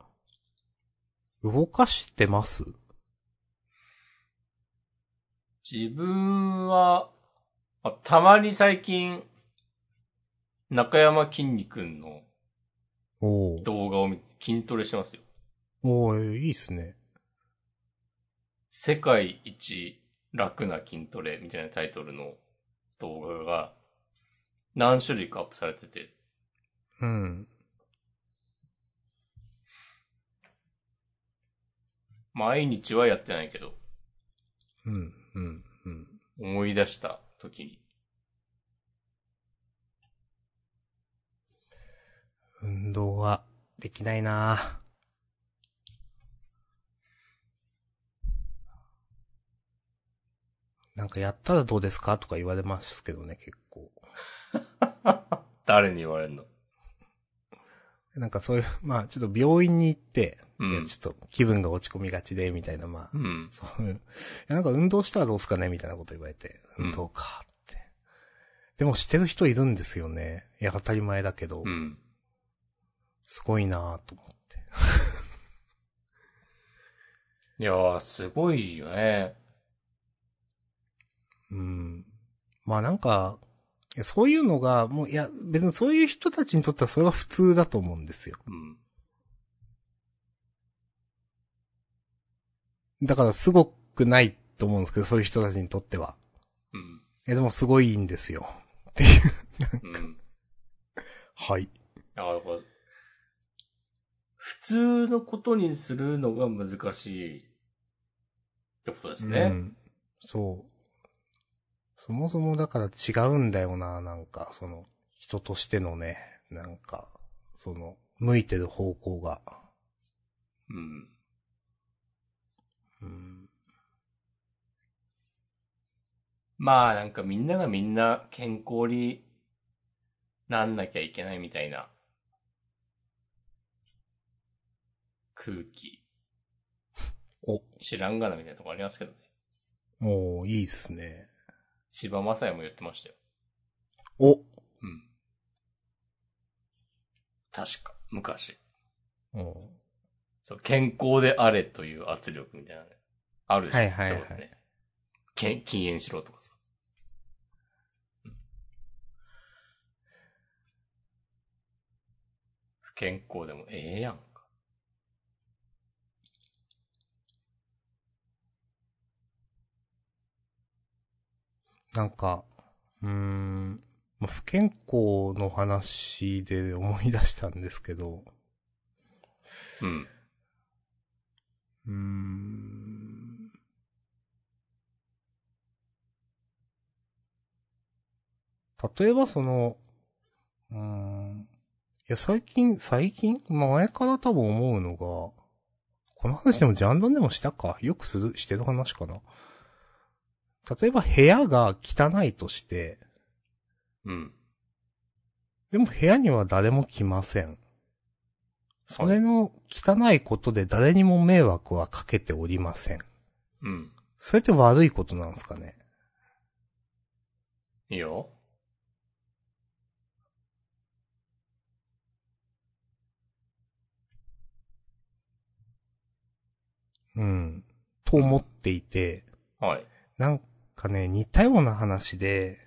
Speaker 2: 動かしてます
Speaker 1: 自分は、あたまに最近、中山きんに君の
Speaker 2: おー
Speaker 1: 動画を見て筋トレしてますよ。
Speaker 2: おーいいっすね。
Speaker 1: 世界一楽な筋トレみたいなタイトルの動画が何種類かアップされてて、
Speaker 2: うん。
Speaker 1: 毎日はやってないけど、
Speaker 2: うん。うん、うん。
Speaker 1: 思い出した時に。
Speaker 2: 運動はできないなぁなんかやったらどうですかとか言われますけどね、結構。
Speaker 1: 誰に言われるの
Speaker 2: なんかそういう、 まあちょっと病院に行って、
Speaker 1: う
Speaker 2: いや
Speaker 1: ん。
Speaker 2: ちょっと気分が落ち込みがちで、みたいな、まあ
Speaker 1: う、ん。
Speaker 2: そういう、いやなんか運動したらどうすかねみたいなこと言われて、
Speaker 1: うん
Speaker 2: 運動かって。でもしてる人いるんですよね。いや、当たり前だけど、
Speaker 1: うん。
Speaker 2: すごいなぁと思って。
Speaker 1: いやー、すごいよね。
Speaker 2: うん。まあなんか、いやそういうのが、もう、いや、別にそういう人たちにとってはそれは普通だと思うんですよ。
Speaker 1: うん。
Speaker 2: だからすごくないと思うんですけど、そういう人たちにとっては。
Speaker 1: うん。
Speaker 2: え、でもすごいんですよ。
Speaker 1: うん。
Speaker 2: はい。
Speaker 1: だから、普通のことにするのが難しいってことですね。
Speaker 2: うん。そう。そもそもだから違うんだよな、なんか、その、人としてのね、なんか、その、向いてる方向が。
Speaker 1: うん。
Speaker 2: うん。
Speaker 1: まあなんかみんながみんな健康になんなきゃいけないみたいな空気。
Speaker 2: お
Speaker 1: 知らんがなみたいなとこありますけどね。
Speaker 2: もう、いいっすね。
Speaker 1: 千葉雅也も言ってましたよ。
Speaker 2: お
Speaker 1: うん。確か、昔。
Speaker 2: うん。
Speaker 1: そう、健康であれという圧力みたいなね。あるでしょ
Speaker 2: はいはいはい
Speaker 1: 多分ねけん禁煙しろとかさ。不健康でもええやんか。
Speaker 2: なんか、うーん、まあ不健康の話で思い出したんですけど、
Speaker 1: うん。
Speaker 2: うーん。例えばその、うーん。いや、最近、最近まあ前から多分思うのが、この話でもジャンダンでもしたかよくする、してる話かな。例えば部屋が汚いとして、
Speaker 1: うん。
Speaker 2: でも部屋には誰も来ません。それの汚いことで誰にも迷惑はかけておりません。
Speaker 1: うん。
Speaker 2: それって悪いことなんですかね
Speaker 1: いいよ。
Speaker 2: うん。と思っていて、
Speaker 1: はい。
Speaker 2: なんかね、似たような話で、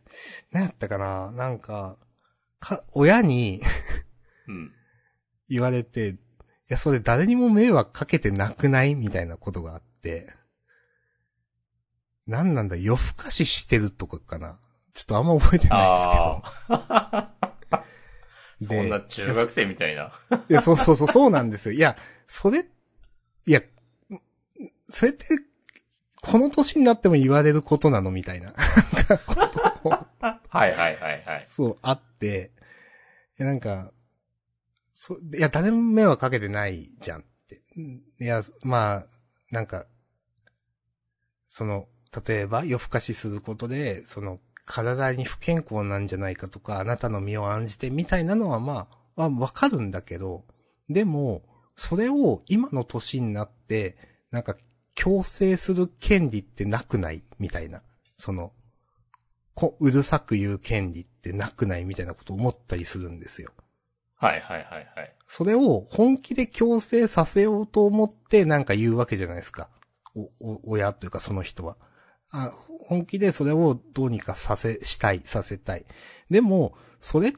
Speaker 2: なんやったかななんか、か、親に
Speaker 1: うん。
Speaker 2: 言われて、いや、それ誰にも迷惑かけてなくないみたいなことがあって、なんなんだ、夜更かししてるとかかなちょっとあんま覚えてないですけど
Speaker 1: あ。あ。
Speaker 2: で
Speaker 1: そんな中学生みたいな。
Speaker 2: いや、そうそうそう、そうなんですよ。いや、それ、いや、んそれって、この年になっても言われることなのみたいな、なんかことを
Speaker 1: はいはいはいはい。
Speaker 2: そう、あって、いや、なんか、そいや、誰も迷惑かけてないじゃんって。うんいや、まあ、なんか、その、例えば夜更かしすることで、その、体に不健康なんじゃないかとか、あなたの身を案じてみたいなのはまあ、はわかるんだけど、でも、それを今の年になって、なんか、強制する権利ってなくないみたいな。その、こ、うるさく言う権利ってなくないみたいなこと思ったりするんですよ。
Speaker 1: はいはいはいはい。
Speaker 2: それを本気で強制させようと思ってなんか言うわけじゃないですか。お、お、親というかその人は。あ本気でそれをどうにかさせ、したい、させたい。でも、それっ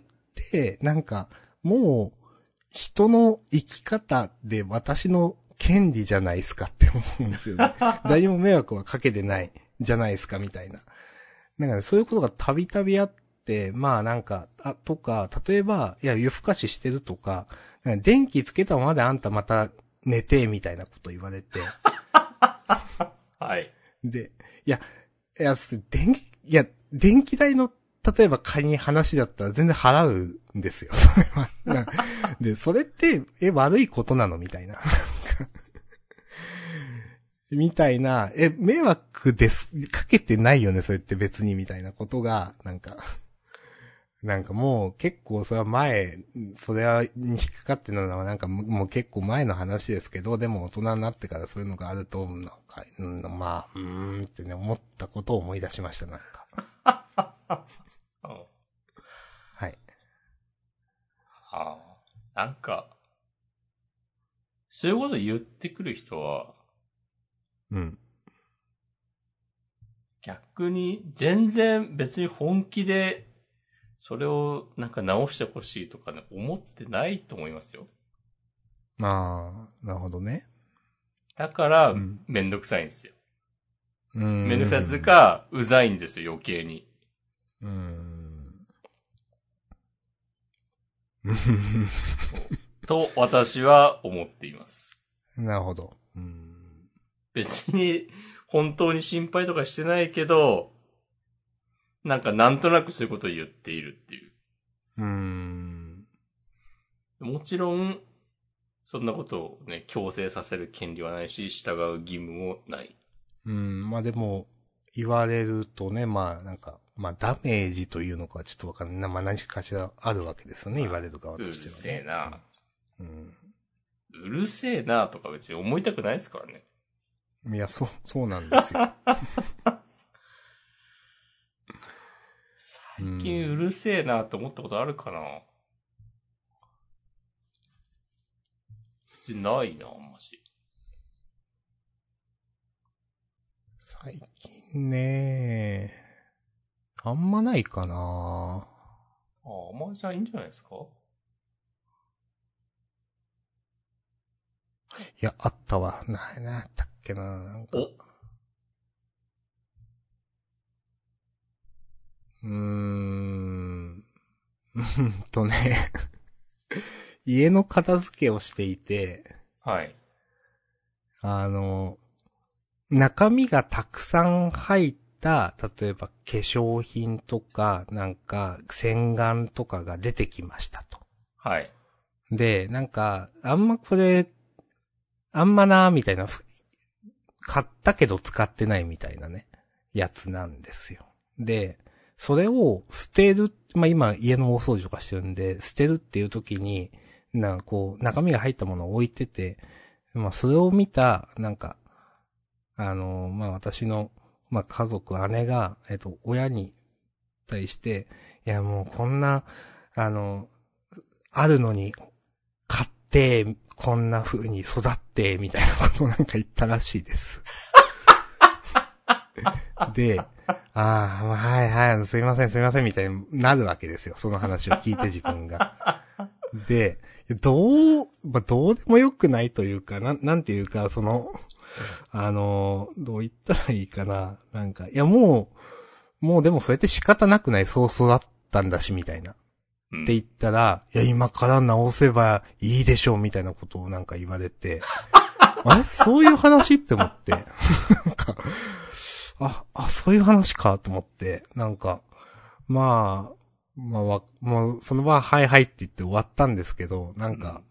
Speaker 2: て、なんか、もう、人の生き方で私の権利じゃないですかって思うんですよね。誰にも迷惑はかけてないじゃないですかみたいな。なんかね、そういうことがたびたびあって、まあなんか、あ、とか、例えば、いや、夜更かししてるとか、なんか電気つけたままであんたまた寝て、みたいなこと言われて。
Speaker 1: はい。
Speaker 2: で、いや、いや、す電気、いや、電気代の、例えば仮に話だったら全然払うんですよ。 それはなで、それって、え、悪いことなのみたいな。なんかみたいな、え、迷惑です、かけてないよね、それって別に、みたいなことが、なんか、なんかもう結構それは前、それはに引っかかってるのはなんかもうもう結構前の話ですけど、でも大人になってからそういうのがあると、なんか、うん、まあ、うーんってね、思ったことを思い出しました、なんか。
Speaker 1: うん。あ
Speaker 2: はい。
Speaker 1: あ。なんか、そういうこと言ってくる人は、
Speaker 2: うん。
Speaker 1: 逆に全然別に本気で、それをなんか直してほしいとかね、思ってないと思いますよ。
Speaker 2: まあ、なるほどね。
Speaker 1: だから
Speaker 2: うん、
Speaker 1: めんどくさいんですよ。
Speaker 2: うーん。
Speaker 1: めんどくさいっつう。か、うざいんですよ、余計に。
Speaker 2: うーん。
Speaker 1: と、私は思っています。
Speaker 2: なるほど。うーん。
Speaker 1: 別に、本当に心配とかしてないけど、なんかなんとなくそういうことを言っているっていう。
Speaker 2: うーん。
Speaker 1: もちろん、そんなことをね、強制させる権利はないし、従う義務もない。
Speaker 2: うん、まあでも、言われるとね、まあなんか、まあダメージというのかちょっとわかんないな。まあ何かしらあるわけですよね、言われる側
Speaker 1: う
Speaker 2: と
Speaker 1: る
Speaker 2: しては、ね。
Speaker 1: せえな。
Speaker 2: うん。
Speaker 1: うるせえなとか別に思いたくないですからね。
Speaker 2: うん。いや、そう、そうなんで すよ。
Speaker 1: 最近うるせえなと思ったことあるかな別にないな、あんまし。
Speaker 2: 最近ね、あんまないかな
Speaker 1: ああ、まりじゃあいいんじゃないですか
Speaker 2: いや、あったわ。な、なあったっけななんか。
Speaker 1: お
Speaker 2: うーん。 うーんとね。家の片付けをしていて、
Speaker 1: はい。
Speaker 2: あの、中身がたくさん入った、例えば化粧品とか、なんか洗顔とかが出てきましたと。
Speaker 1: はい。
Speaker 2: で、なんか、あんまこれ、あんまなーみたいな、ふ買ったけど使ってないみたいなね、やつなんですよ。で、それを捨てる、まあ、今家の大掃除とかしてるんで、捨てるっていう時に、なんかこう、中身が入ったものを置いてて、まあ、それを見た、なんか、あの、まあ、私の、まあ、家族、姉が、えっと、親に対して、いや、もうこんな、あの、あるのに、買って、こんな風に育って、みたいなことをなんか言ったらしいです。 で、ああ、はいはい、すいませんすいません、みたいになるわけですよ。その話を聞いて自分が。で、どう、まあ、どうでもよくないというか、なん、なんていうか、その、あの、どう言ったらいいかな。なんか、いやもう、もうでもそれって仕方なくない、そう育ったんだし、みたいな。
Speaker 1: うん
Speaker 2: って言ったら、いや、今から直せばいいでしょう、みたいなことをなんか言われて、あれそういう話って思って、なんか、あ、あ、そういう話か、と思って、なんか、まあ、まあ、わもう、その場は、はいはいって言って終わったんですけど、なんか、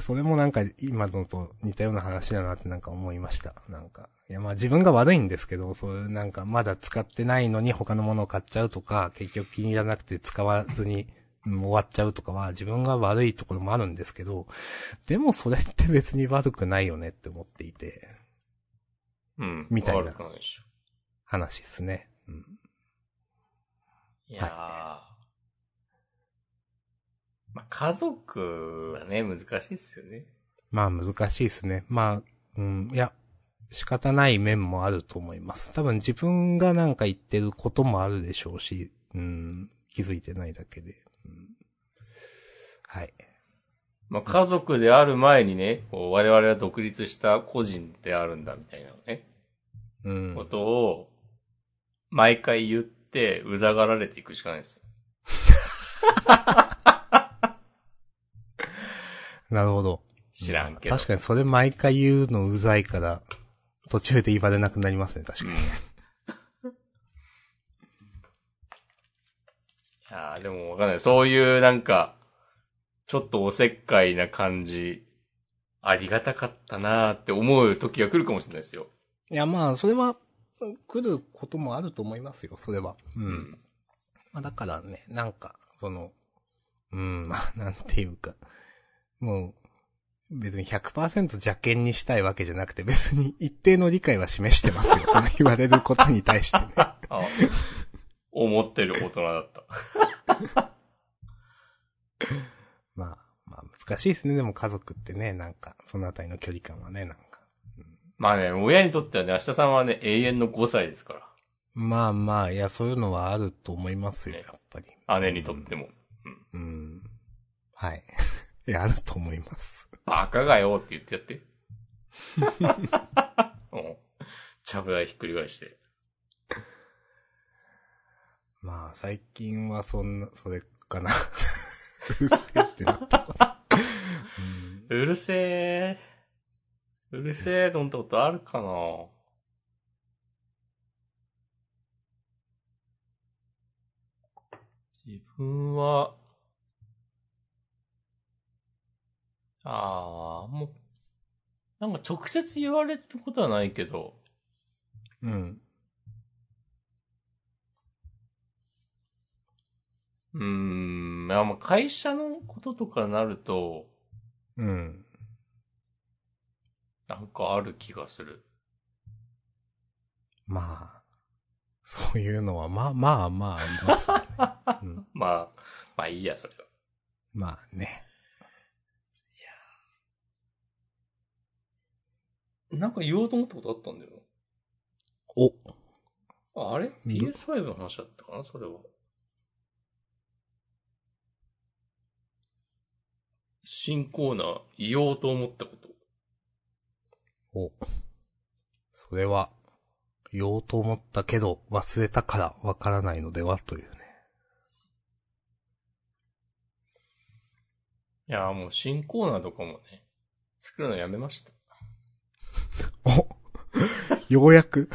Speaker 2: それもなんか、今のと似たような話だなってなんか思いました。なんか。いや、まあ自分が悪いんですけど、そういうなんか、まだ使ってないのに他のものを買っちゃうとか、結局気に入らなくて使わずに、うん終わっちゃうとかは自分が悪いところもあるんですけど、でもそれって別に悪くないよねって思っていて、
Speaker 1: うん。
Speaker 2: みたいな
Speaker 1: 悪くないでしょ。
Speaker 2: 話ですね。うん。
Speaker 1: いやー。まあ、家族はね、難しいっすよね。
Speaker 2: まあ難しいですね。まあ、うん、いや、仕方ない面もあると思います。多分自分がなんか言ってることもあるでしょうし、うん、気づいてないだけで。うんはい。
Speaker 1: まあ、家族である前にね、こう我々は独立した個人であるんだみたいなね、
Speaker 2: う
Speaker 1: こ
Speaker 2: ん。
Speaker 1: とを、毎回言って、うざがられていくしかないですよ。
Speaker 2: なるほど。
Speaker 1: 知らんけど。
Speaker 2: まあ確かにそれ毎回言うのうざいから、途中で言われなくなりますね、確かに。
Speaker 1: ああ、でもわかんない。そういうなんか、ちょっとおせっかいな感じ、ありがたかったなーって思う時が来るかもしれないですよ。
Speaker 2: いや、まあ、それは、来ることもあると思いますよ、それは。う。。
Speaker 1: うん
Speaker 2: まあだからね、なんか、その、うん、まあ なんていうか、もう、別に100%邪険にしたいわけじゃなくて、別に一定の理解は示してますよ。 その言われることに対してね。
Speaker 1: あ思ってる大人だった。
Speaker 2: まあ、まあ難しいですね。でも家族ってね、なんか、そのあたりの距離感はね、なんか。
Speaker 1: まあね、親にとってはね、明日さんはね、永遠の5歳ですか
Speaker 2: まあまあ、いや、そういうのはあると思いますよ、
Speaker 1: ね
Speaker 2: やっぱり。
Speaker 1: ら。姉にとっても。
Speaker 2: うん。はい。 いや、あると思います。
Speaker 1: バカがよって言ってやって。うん ちゃぶ台ひっくり返して。
Speaker 2: まあ、最近はそんな、それかな。 うるせえってなったこと。うん
Speaker 1: うるせえ。うるせえと思ったことあるかな自分は、ああ、もう、なんか直接言われることはないけど、
Speaker 2: うん。
Speaker 1: うーん、まあまあ会社のこととかになると、
Speaker 2: うん。
Speaker 1: なんかある気がする。
Speaker 2: まあ、そういうのは、まあまあまあ、ありますよね、うん
Speaker 1: まあ、まあいいや、それは。
Speaker 2: まあね。
Speaker 1: なんか言おうと思ったことあったんだよな。
Speaker 2: お、
Speaker 1: あれ
Speaker 2: ん
Speaker 1: ?PS5 の話だったかなそれは。新コーナー、言おうと思ったこと。
Speaker 2: お。それは、言おうと思ったけど、忘れたからわからないのでは、というね。
Speaker 1: いやー、もう新コーナーとかもね、作るのやめました。
Speaker 2: おようやく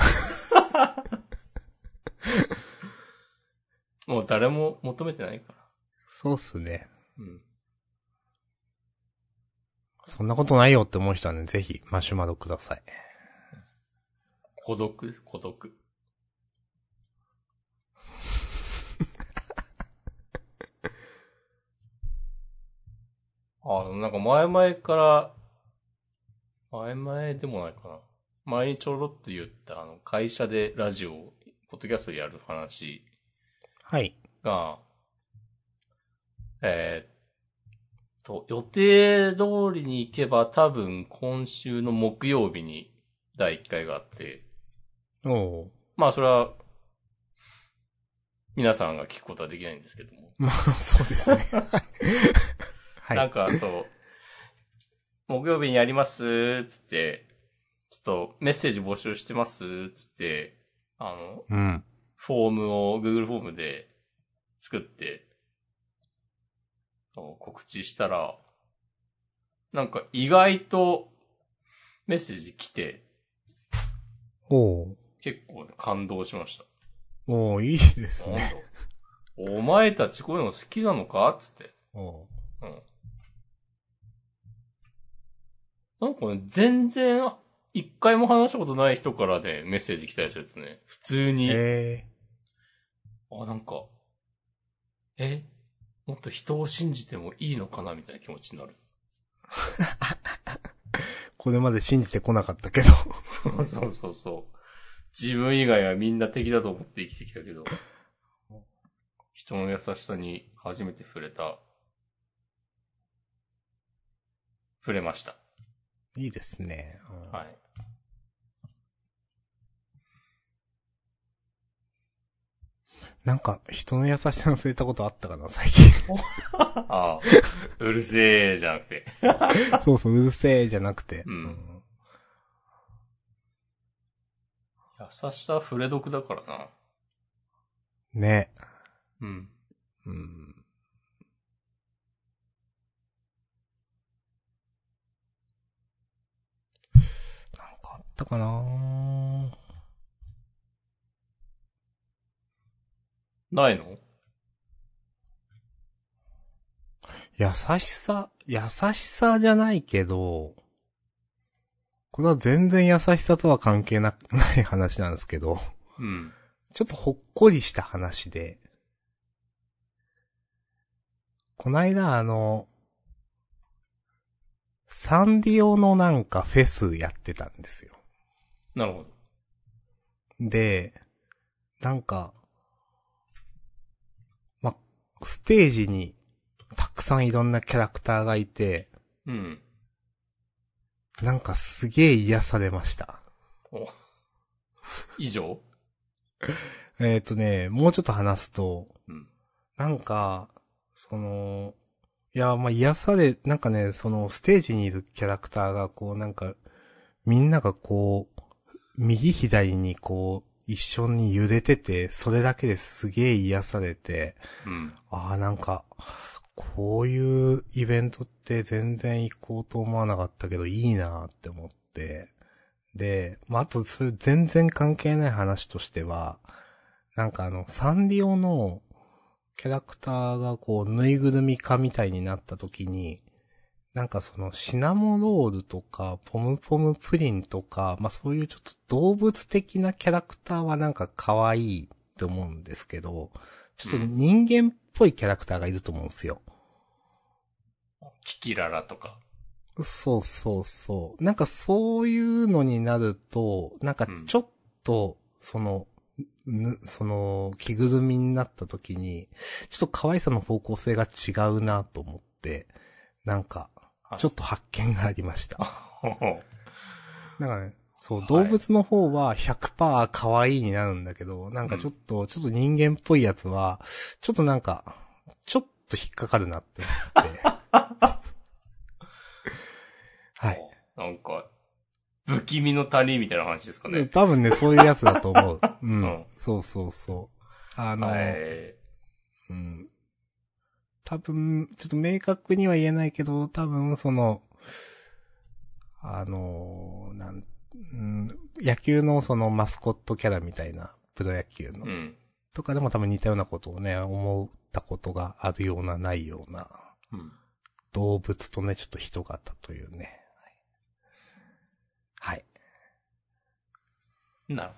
Speaker 1: もう誰も求めてないから。
Speaker 2: そうっすね。
Speaker 1: うん。
Speaker 2: そんなことないよって思う人はね、ぜひ、マシュマロください。
Speaker 1: 孤独です、孤独。 ああ、でもなんか前々から、前々でもないかな。前にちょろっと言った、あの、会社でラジオ、ポッドキャストやる話
Speaker 2: はい。
Speaker 1: が、えー、と、予定通りに行けば多分今週の木曜日に第1回があって、
Speaker 2: おう
Speaker 1: まあそれは、皆さんが聞くことはできないんですけども。
Speaker 2: まあ、そうですね。はい。
Speaker 1: なんかそう、 木曜日にやります、つって、ちょっとメッセージ募集してます、つって、あの、
Speaker 2: うん。
Speaker 1: フォームを Google フォームで作って、そう告知したら、なんか意外とメッセージ来て、
Speaker 2: おう
Speaker 1: 結構感動しました。
Speaker 2: おういいです
Speaker 1: なん
Speaker 2: ね。
Speaker 1: だお前たちこういうの好きなのかつって。
Speaker 2: おう
Speaker 1: うん。なんかね、全然、一回も話したことない人からね、メッセージ来たりするとね、普通に、
Speaker 2: え
Speaker 1: あ、なんか、えもっと人を信じてもいいのかなみたいな気持ちになる。
Speaker 2: ー、これまで信じてこなかったけど。
Speaker 1: そうそうそうそう。自分以外はみんな敵だと思って生きてきたけど、人の優しさに初めて触れた、触れました。
Speaker 2: いいですね。うん
Speaker 1: はい。
Speaker 2: なんか、人の優しさに触れたことあったかな、最 近。
Speaker 1: ああ、うるせえじゃなくて。
Speaker 2: そうそう、うるせえじゃなくて。
Speaker 1: うん優しさは触れ毒だからな。
Speaker 2: うんね。
Speaker 1: うん。
Speaker 2: うん。なんかあったかな
Speaker 1: ないの
Speaker 2: 優しさ、優しさじゃないけど、これは全然優しさとは関係な、ない話なんですけど、
Speaker 1: うん。
Speaker 2: ちょっとほっこりした話で、こないだあの、サンディオのなんかフェスやってたんですよ。
Speaker 1: なるほど。
Speaker 2: で、なんか、ま、ステージにたくさんいろんなキャラクターがいて、
Speaker 1: うん。
Speaker 2: なんかすげえ癒されました。
Speaker 1: お以上
Speaker 2: えっ、とね、もうちょっと話すと、
Speaker 1: うん
Speaker 2: なんか、その、いや、まあ、癒され、なんかね、その、ステージにいるキャラクターが、こう、なんか、みんながこう、右左にこう、一緒に揺れてて、それだけですげえ癒されて、
Speaker 1: うん。
Speaker 2: ああ、なんか、こういうイベントって全然行こうと思わなかったけど、いいなーって思って。で、まあ、あと、それ全然関係ない話としては、なんかあの、サンリオのキャラクターがこう、ぬいぐるみ化みたいになった時に、なんかそのシナモロールとか、ポムポムプリンとか、まあそういうちょっと動物的なキャラクターはなんか可愛いと思うんですけど、ちょっと人間っぽいキャラクターがいると思うんですよ。
Speaker 1: キキララとか。
Speaker 2: そうそうそう。なんかそういうのになると、なんかちょっと、その、ぬその、着ぐるみになった時に、ちょっと可愛さの方向性が違うなと思って、なんか
Speaker 1: は、い
Speaker 2: ちょっと発見がありました。
Speaker 1: ほほ
Speaker 2: なんかね、そう
Speaker 1: は、い
Speaker 2: 動物の方は100%可愛いになるんだけど、なんかちょっと、ちょっと人間っぽいやつは、ちょっとなんか、ちょっと引っかかるなって思 って。はい。
Speaker 1: なんか、不気味の谷みたいな話ですかね。
Speaker 2: 多分ね、そういうやつだ と思う。うん。
Speaker 1: うん
Speaker 2: そうそうそう。あの、
Speaker 1: はい。
Speaker 2: うん。多分、ちょっと明確には言えないけど、多分、その、あの、なん、うん、野球のそのマスコットキャラみたいな、プロ野球の、
Speaker 1: うん。
Speaker 2: とかでも多分似たようなことをね、思ったことがあるような、ないような、
Speaker 1: うん。
Speaker 2: 動物とね、ちょっと人型というね。はい。
Speaker 1: なる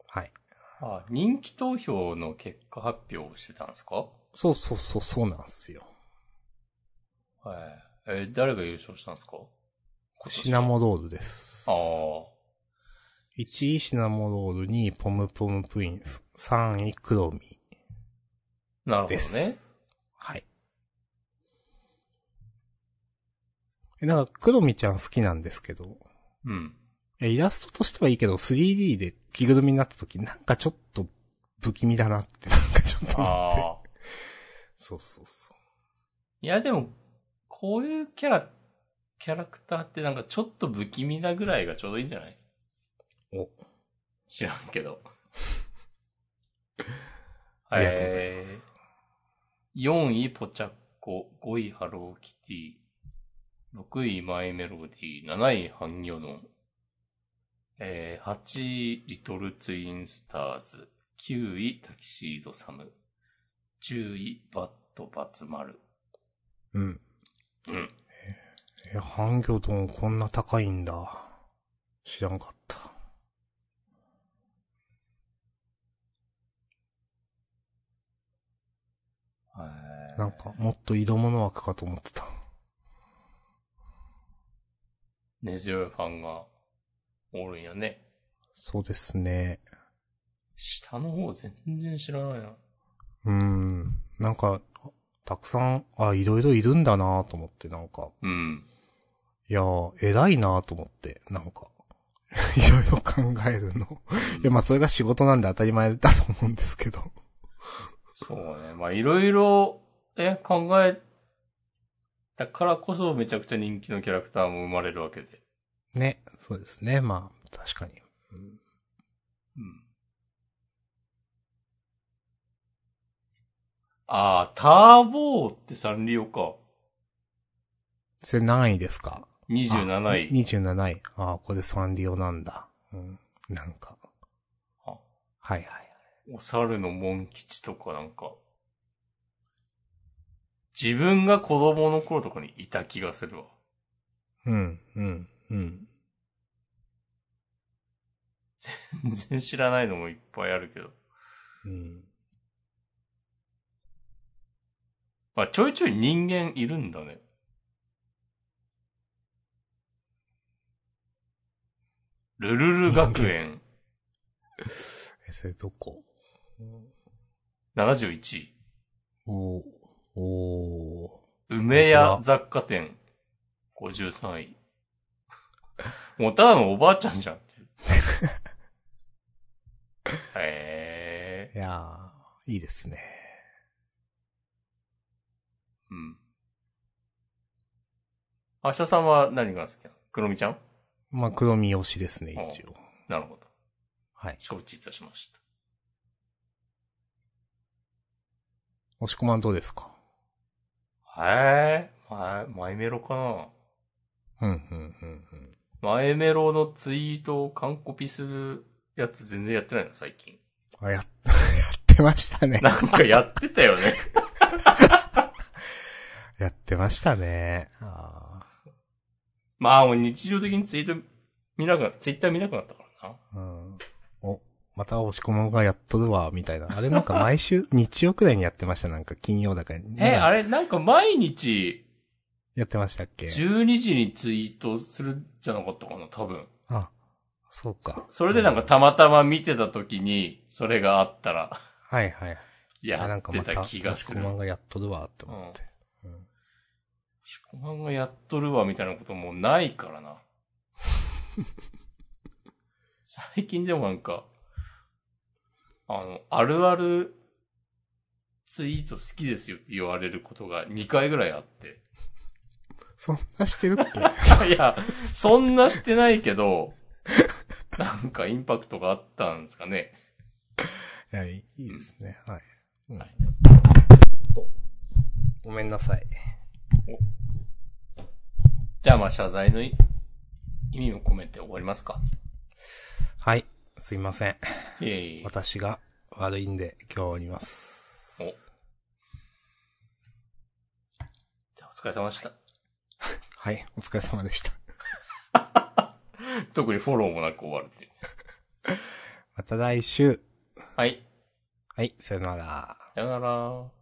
Speaker 1: ほ
Speaker 2: はい。
Speaker 1: ど。あ、人気投票の結果発表をしてたんですか
Speaker 2: そうそうそう、そうなんですよ。
Speaker 1: はい。えー誰が優勝したんですか
Speaker 2: シナモロールです。
Speaker 1: ああ。
Speaker 2: 1位シナモロール、2位ポムポムプリンス、3位クロミ
Speaker 1: なるほど
Speaker 2: です。
Speaker 1: ね。
Speaker 2: はい。え、なんかクロミちゃん好きなんですけど、
Speaker 1: うん。
Speaker 2: え、イラストとしてはいいけど 3D で着ぐるみになった時なんかちょっと不気味だなって、なんかちょっと思って。
Speaker 1: ああ。
Speaker 2: そうそうそ。
Speaker 1: いや、でも、こういうキャラ、キャラクターってなんかちょっと不気味なぐらいがちょうどいいんじゃないう
Speaker 2: お、
Speaker 1: 知らんけど。
Speaker 2: ありがとうございます
Speaker 1: えー。4位、ポチャッコ。5位、ハローキティ。6位、マイメロディ。7位、ハンギョドン。えー、8位、リトルツインスターズ。9位、タキシードサム。10位、バットバツマル。
Speaker 2: うん。
Speaker 1: うん。
Speaker 2: え、半魚丼こんな高いんだ。知らんかった。なんか、もっと色物枠かと思ってた。
Speaker 1: 根強いファンがおるんやね。
Speaker 2: そうですね。
Speaker 1: 下の方全然知らないな。
Speaker 2: うーん。なんか、たくさん、あ、いろいろいるんだなと思って、なんか、
Speaker 1: うん。
Speaker 2: いやー、偉いなと思って、なんか、 いろいろ考えるの。 いや、まあ、それが仕事なんで当たり前だと思うんですけど。
Speaker 1: そうね。まあ、いろいろ、え、考えたからこそめちゃくちゃ人気のキャラクターも生まれるわけで。
Speaker 2: ね、そうですね、まあ、確かに。うん
Speaker 1: うん。ああ、ターボーってサンリオか。
Speaker 2: それ何位ですか
Speaker 1: 27位。
Speaker 2: 27位。ああ、これサンリオなんだ。うん。なんか。
Speaker 1: あ
Speaker 2: はいはい。
Speaker 1: お猿のモン吉とかなんか、自分が子供の頃とかにいた気がするわ。
Speaker 2: うん、うん、うん。
Speaker 1: 全然知らないのもいっぱいあるけど。
Speaker 2: うん。
Speaker 1: まあ、ちょいちょい人間いるんだね。ルルル学 園
Speaker 2: え、それどこ
Speaker 1: 71位。
Speaker 2: おーおー
Speaker 1: 梅屋雑貨店53位。もうただのおばあちゃんじゃんって いう。へえ。
Speaker 2: いやー、いいですね。
Speaker 1: うん。明日さんは何が好きなのくろみちゃん
Speaker 2: まあ、黒み推しですね、一応。
Speaker 1: なるほど。
Speaker 2: はい。
Speaker 1: 承知いたしました。
Speaker 2: 押し込まんどうですか
Speaker 1: へえ、ま、マイメロかな
Speaker 2: うん、うん、うん、うん。
Speaker 1: マイメロのツイートを完コピするやつ全然やってないの、最近。
Speaker 2: あ、やっ、 やってましたね。
Speaker 1: なんかやってたよね。
Speaker 2: やってましたね。あ
Speaker 1: まあ、もう日常的にツイート見なくな、ツイッター見なくなったからな。
Speaker 2: ーうん。お、また押し込まんがやっとるわ、みたいな。あれなんか 毎週、日曜くらいにやってました、なんか金曜だから。
Speaker 1: え、あ
Speaker 2: れ
Speaker 1: れ、なんか毎日、
Speaker 2: やってましたっけ
Speaker 1: 12時にツイートするんじゃなかったかな、多分。
Speaker 2: あ、そうか。
Speaker 1: それでなんかたまたま見てた時に、それがあったら、
Speaker 2: はいはい。あ
Speaker 1: や
Speaker 2: なん
Speaker 1: っ
Speaker 2: か
Speaker 1: て
Speaker 2: また、
Speaker 1: た
Speaker 2: 押し
Speaker 1: 気がする
Speaker 2: 込。まんがやっとるわ、って思って。うん
Speaker 1: しこまんがやっとるわ、みたいなこともうないからな。最近でもなんか、あの、あるあるツイート好きですよって言われることが2回ぐらいあって。
Speaker 2: そんなしてるっけ
Speaker 1: いや、そんなしてないけど、なんかインパクトがあったんですかね。
Speaker 2: いや、いいいいですね。はい。うん
Speaker 1: はい
Speaker 2: おごめんなさい。
Speaker 1: じゃあまあ謝罪の意意味も込めて終わりますか。
Speaker 2: はい。すいません。
Speaker 1: いえいえ。
Speaker 2: 私が悪いんで今日おります。
Speaker 1: お。じゃあお疲れ様でした。
Speaker 2: はい。お疲れ様でした。
Speaker 1: 特にフォローもなく終わるっていう。
Speaker 2: また来週。
Speaker 1: はい。
Speaker 2: はい。さよなら。
Speaker 1: さよなら。